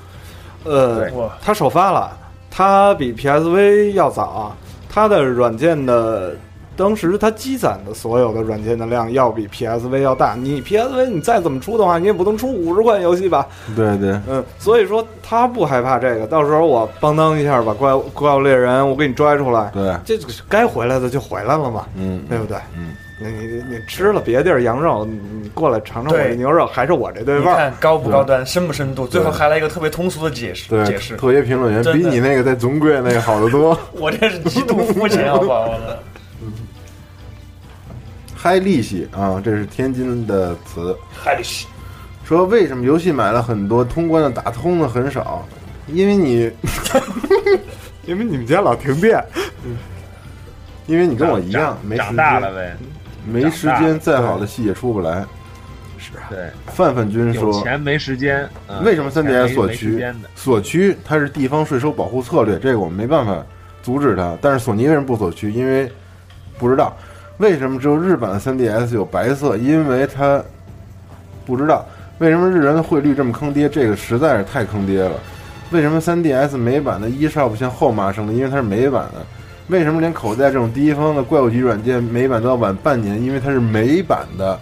呃对，哇，它首发了，它比 PSV 要早，它的软件的当时它积攒的所有的软件的量要比 PSV 要大。你 PSV 你再怎么出的话，你也不能出五十款游戏吧？对对，嗯，所以说他不害怕这个。到时候我邦当一下把怪怪物猎人我给你拽出来，对，这个该回来的就回来了嘛，嗯，对不对？嗯，你你你吃了别地儿羊肉，你你过来尝尝我对这牛肉，还是我这对你味儿。看高不高端，深不深度，最后还来一个特别通俗的解释对解，释。特别评论员真比的你那个在总柜那个好得多。我这是极度肤浅，啊好不好？我的 嗨利息啊，这是天津的词。海里是说为什么游戏买了很多，通关的打通的很少？因为你， 因为你们家老停电，因为你跟我一样，长没时长大了间，呗，没时长大了间，再好的戏也出不来。对，范范君有说，钱没时间。啊嗯为什么三有 DS 钱所没没时趋间的？所趋它是地方税收保护策略，这个我们没办法阻止它。但是索尼为什么不所趋？因为不知道为什么只有日版的 3DS 有白色，因为它不知道为什么日元的汇率这么坑爹，这个实在是太坑爹了。为什么 3DS 美版的 eShop 像后妈生的？因为它是美版的。为什么连口袋这种第一方的怪物级软件美版都要晚半年？因为它是美版的。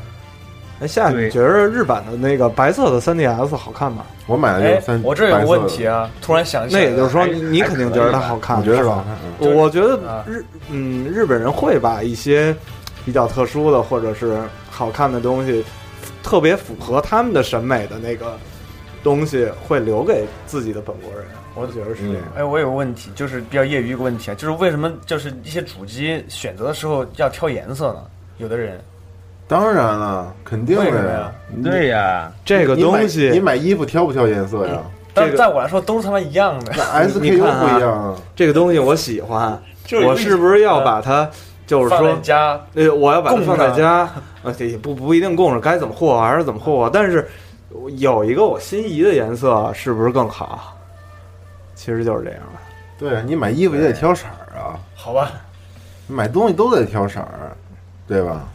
哎，夏对你觉得日版的那个白色的 3DS 好看吗？我买的就哎是三，，我这有白个色的问题啊，突然想起那来了，也就是说，还你你肯定觉得它好看，我觉得是是吧好？看。嗯我对我觉得啊日嗯，日本人会把一些比较特殊的或者是好看的东西，特别符合他们的审美的那个东西，会留给自己的本国人。我觉得是嗯这样。哎，我有个问题，就是比较业余一个问题啊，就是为什么就是一些主机选择的时候要挑颜色呢？有的人当然了，肯定为什么的呀。对呀，这个你买东西，你买衣服挑不挑颜色呀？但这个在我来说都是他妈一样 的。那你你 SKU 看啊不一样啊。这个东西我喜欢， 就是呃我是不是要把它，就是放在说，家，呃，我要把它供放在着家，呃，也不不一定供着，该怎么霍霍还是怎么霍霍，但是有一个我心仪的颜色，是不是更好？其实就是这样的。对你买衣服也得挑色儿啊，好吧，你买东西都得挑色儿，对吧？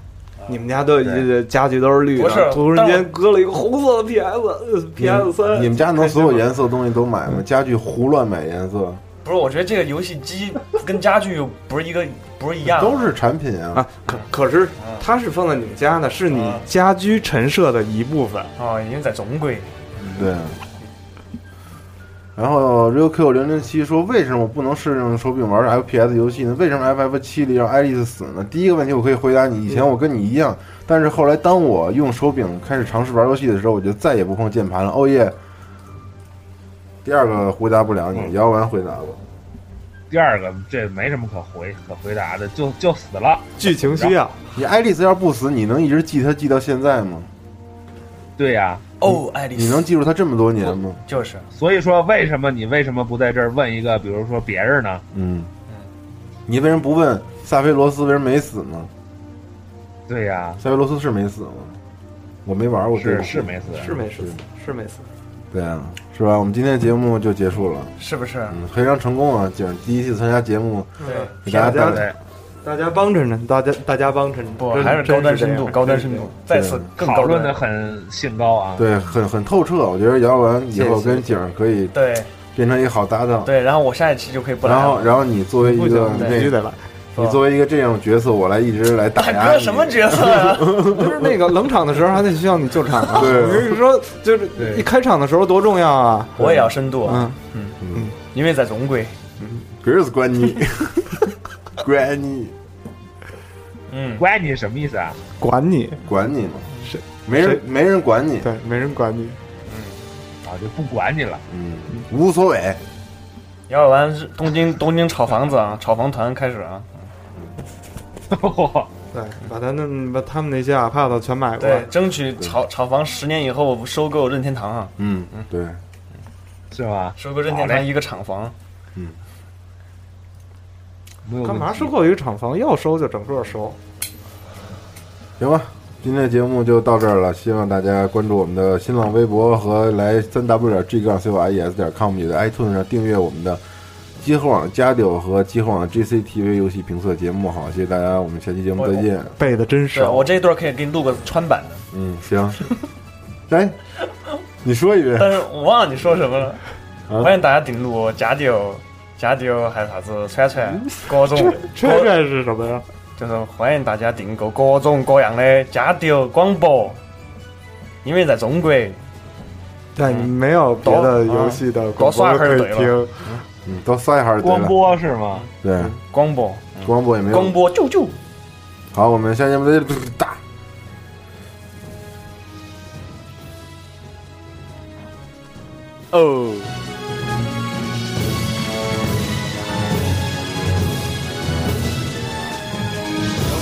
你们家都对家具都是绿不是的，突然但我间搁了一个红色的 PS PS 三，你们家能所有颜色的东西都买吗？家具胡乱买颜色，不是，我觉得这个游戏机跟家具又不是一个，不是一样的，都是产品啊啊。可可是嗯它是放在你们家呢，是你啊家居陈设的一部分。啊，已经在总归对。然后 Real Q 零零七说：“为什么我不能试用手柄玩 FPS 游戏呢？为什么 FF 七里让爱丽丝死呢？”第一个问题我可以回答你：以前我跟你一样，但是后来当我用手柄开始尝试玩游戏的时候，我就再也不碰键盘了。哦耶！第二个回答不了你，姚文回答吧。第二个这没什么可回可回答的，就就死了。剧情需要，你爱丽丝要不死，你能一直记她记到现在吗？对呀，哦，爱丽丝，你能记住她这么多年吗？就是所以说为什么你为什么不在这儿问一个，比如说别人呢？嗯，你为什么不问萨菲罗斯为什么没死呢？对呀，塞维罗斯是没死吗？我没玩过，对是不起是没死，啊是没事，是没事。对啊，是吧？我们今天节目就结束了，是不是？嗯，非常成功啊！景儿第一次参加节目，嗯对，给大家带来对，大家帮衬着，大家大家帮衬着，不真还是高端深真度，是这样高端深度，再次更讨高论的端。很兴高啊。对很很透彻。我觉得姚文以后跟景儿可以对变成一个好搭档。对，然后我下一期就可以不来然后了。然后你作为一不个行，必那须得来。你作为一个这样的角色，我来一直来打大压 哥你。什么角色啊呀？就是那个冷场的时候还得需要你救场啊！对我跟你说，就是对一开场的时候多重要啊！我也要深度啊，嗯，因为在总归， ？Girls 关你 管你嗯，关你什么意思啊？管你，管你嘛，谁没人谁没人管你，对，没人管你。啊，就不管你了。嗯，无所谓。姚小丸是东京东京炒房子啊，炒房团开始啊，对，把他那把他们那些 iPad 全买过来对，，争取炒炒房十年以后收购任天堂啊，嗯，对，是吧？收购任天好堂嘞一个厂房，没有干嘛问题收购一个厂房？要收就整个收。行吧，今天的节目就到这儿了，希望大家关注我们的新浪微博和来三 w 点 g 杠 c o i s 点 com 里的 iTunes 上订阅我们的极客网加六和极客网 GCTV 游戏评测节目。好，谢谢大家，我们下期节目再见。背的真是少，我这一段可以给你录个穿版的，嗯，行。 哎，你说一遍但是我忘了你说什么了，啊欢迎大家顶录加丢加丢还有啥子串串，各种圈圈是什么呀？就是欢迎大家订购各种各样的家调广播，因为在中国但没有别的游戏的广播可以听，嗯，都塞一下就对光了。播是吗？对，广播光播也没广有。播啾啾。好，我们下期节目再见，打。哦。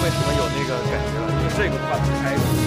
为什么有那个感觉了？就这个话题开始。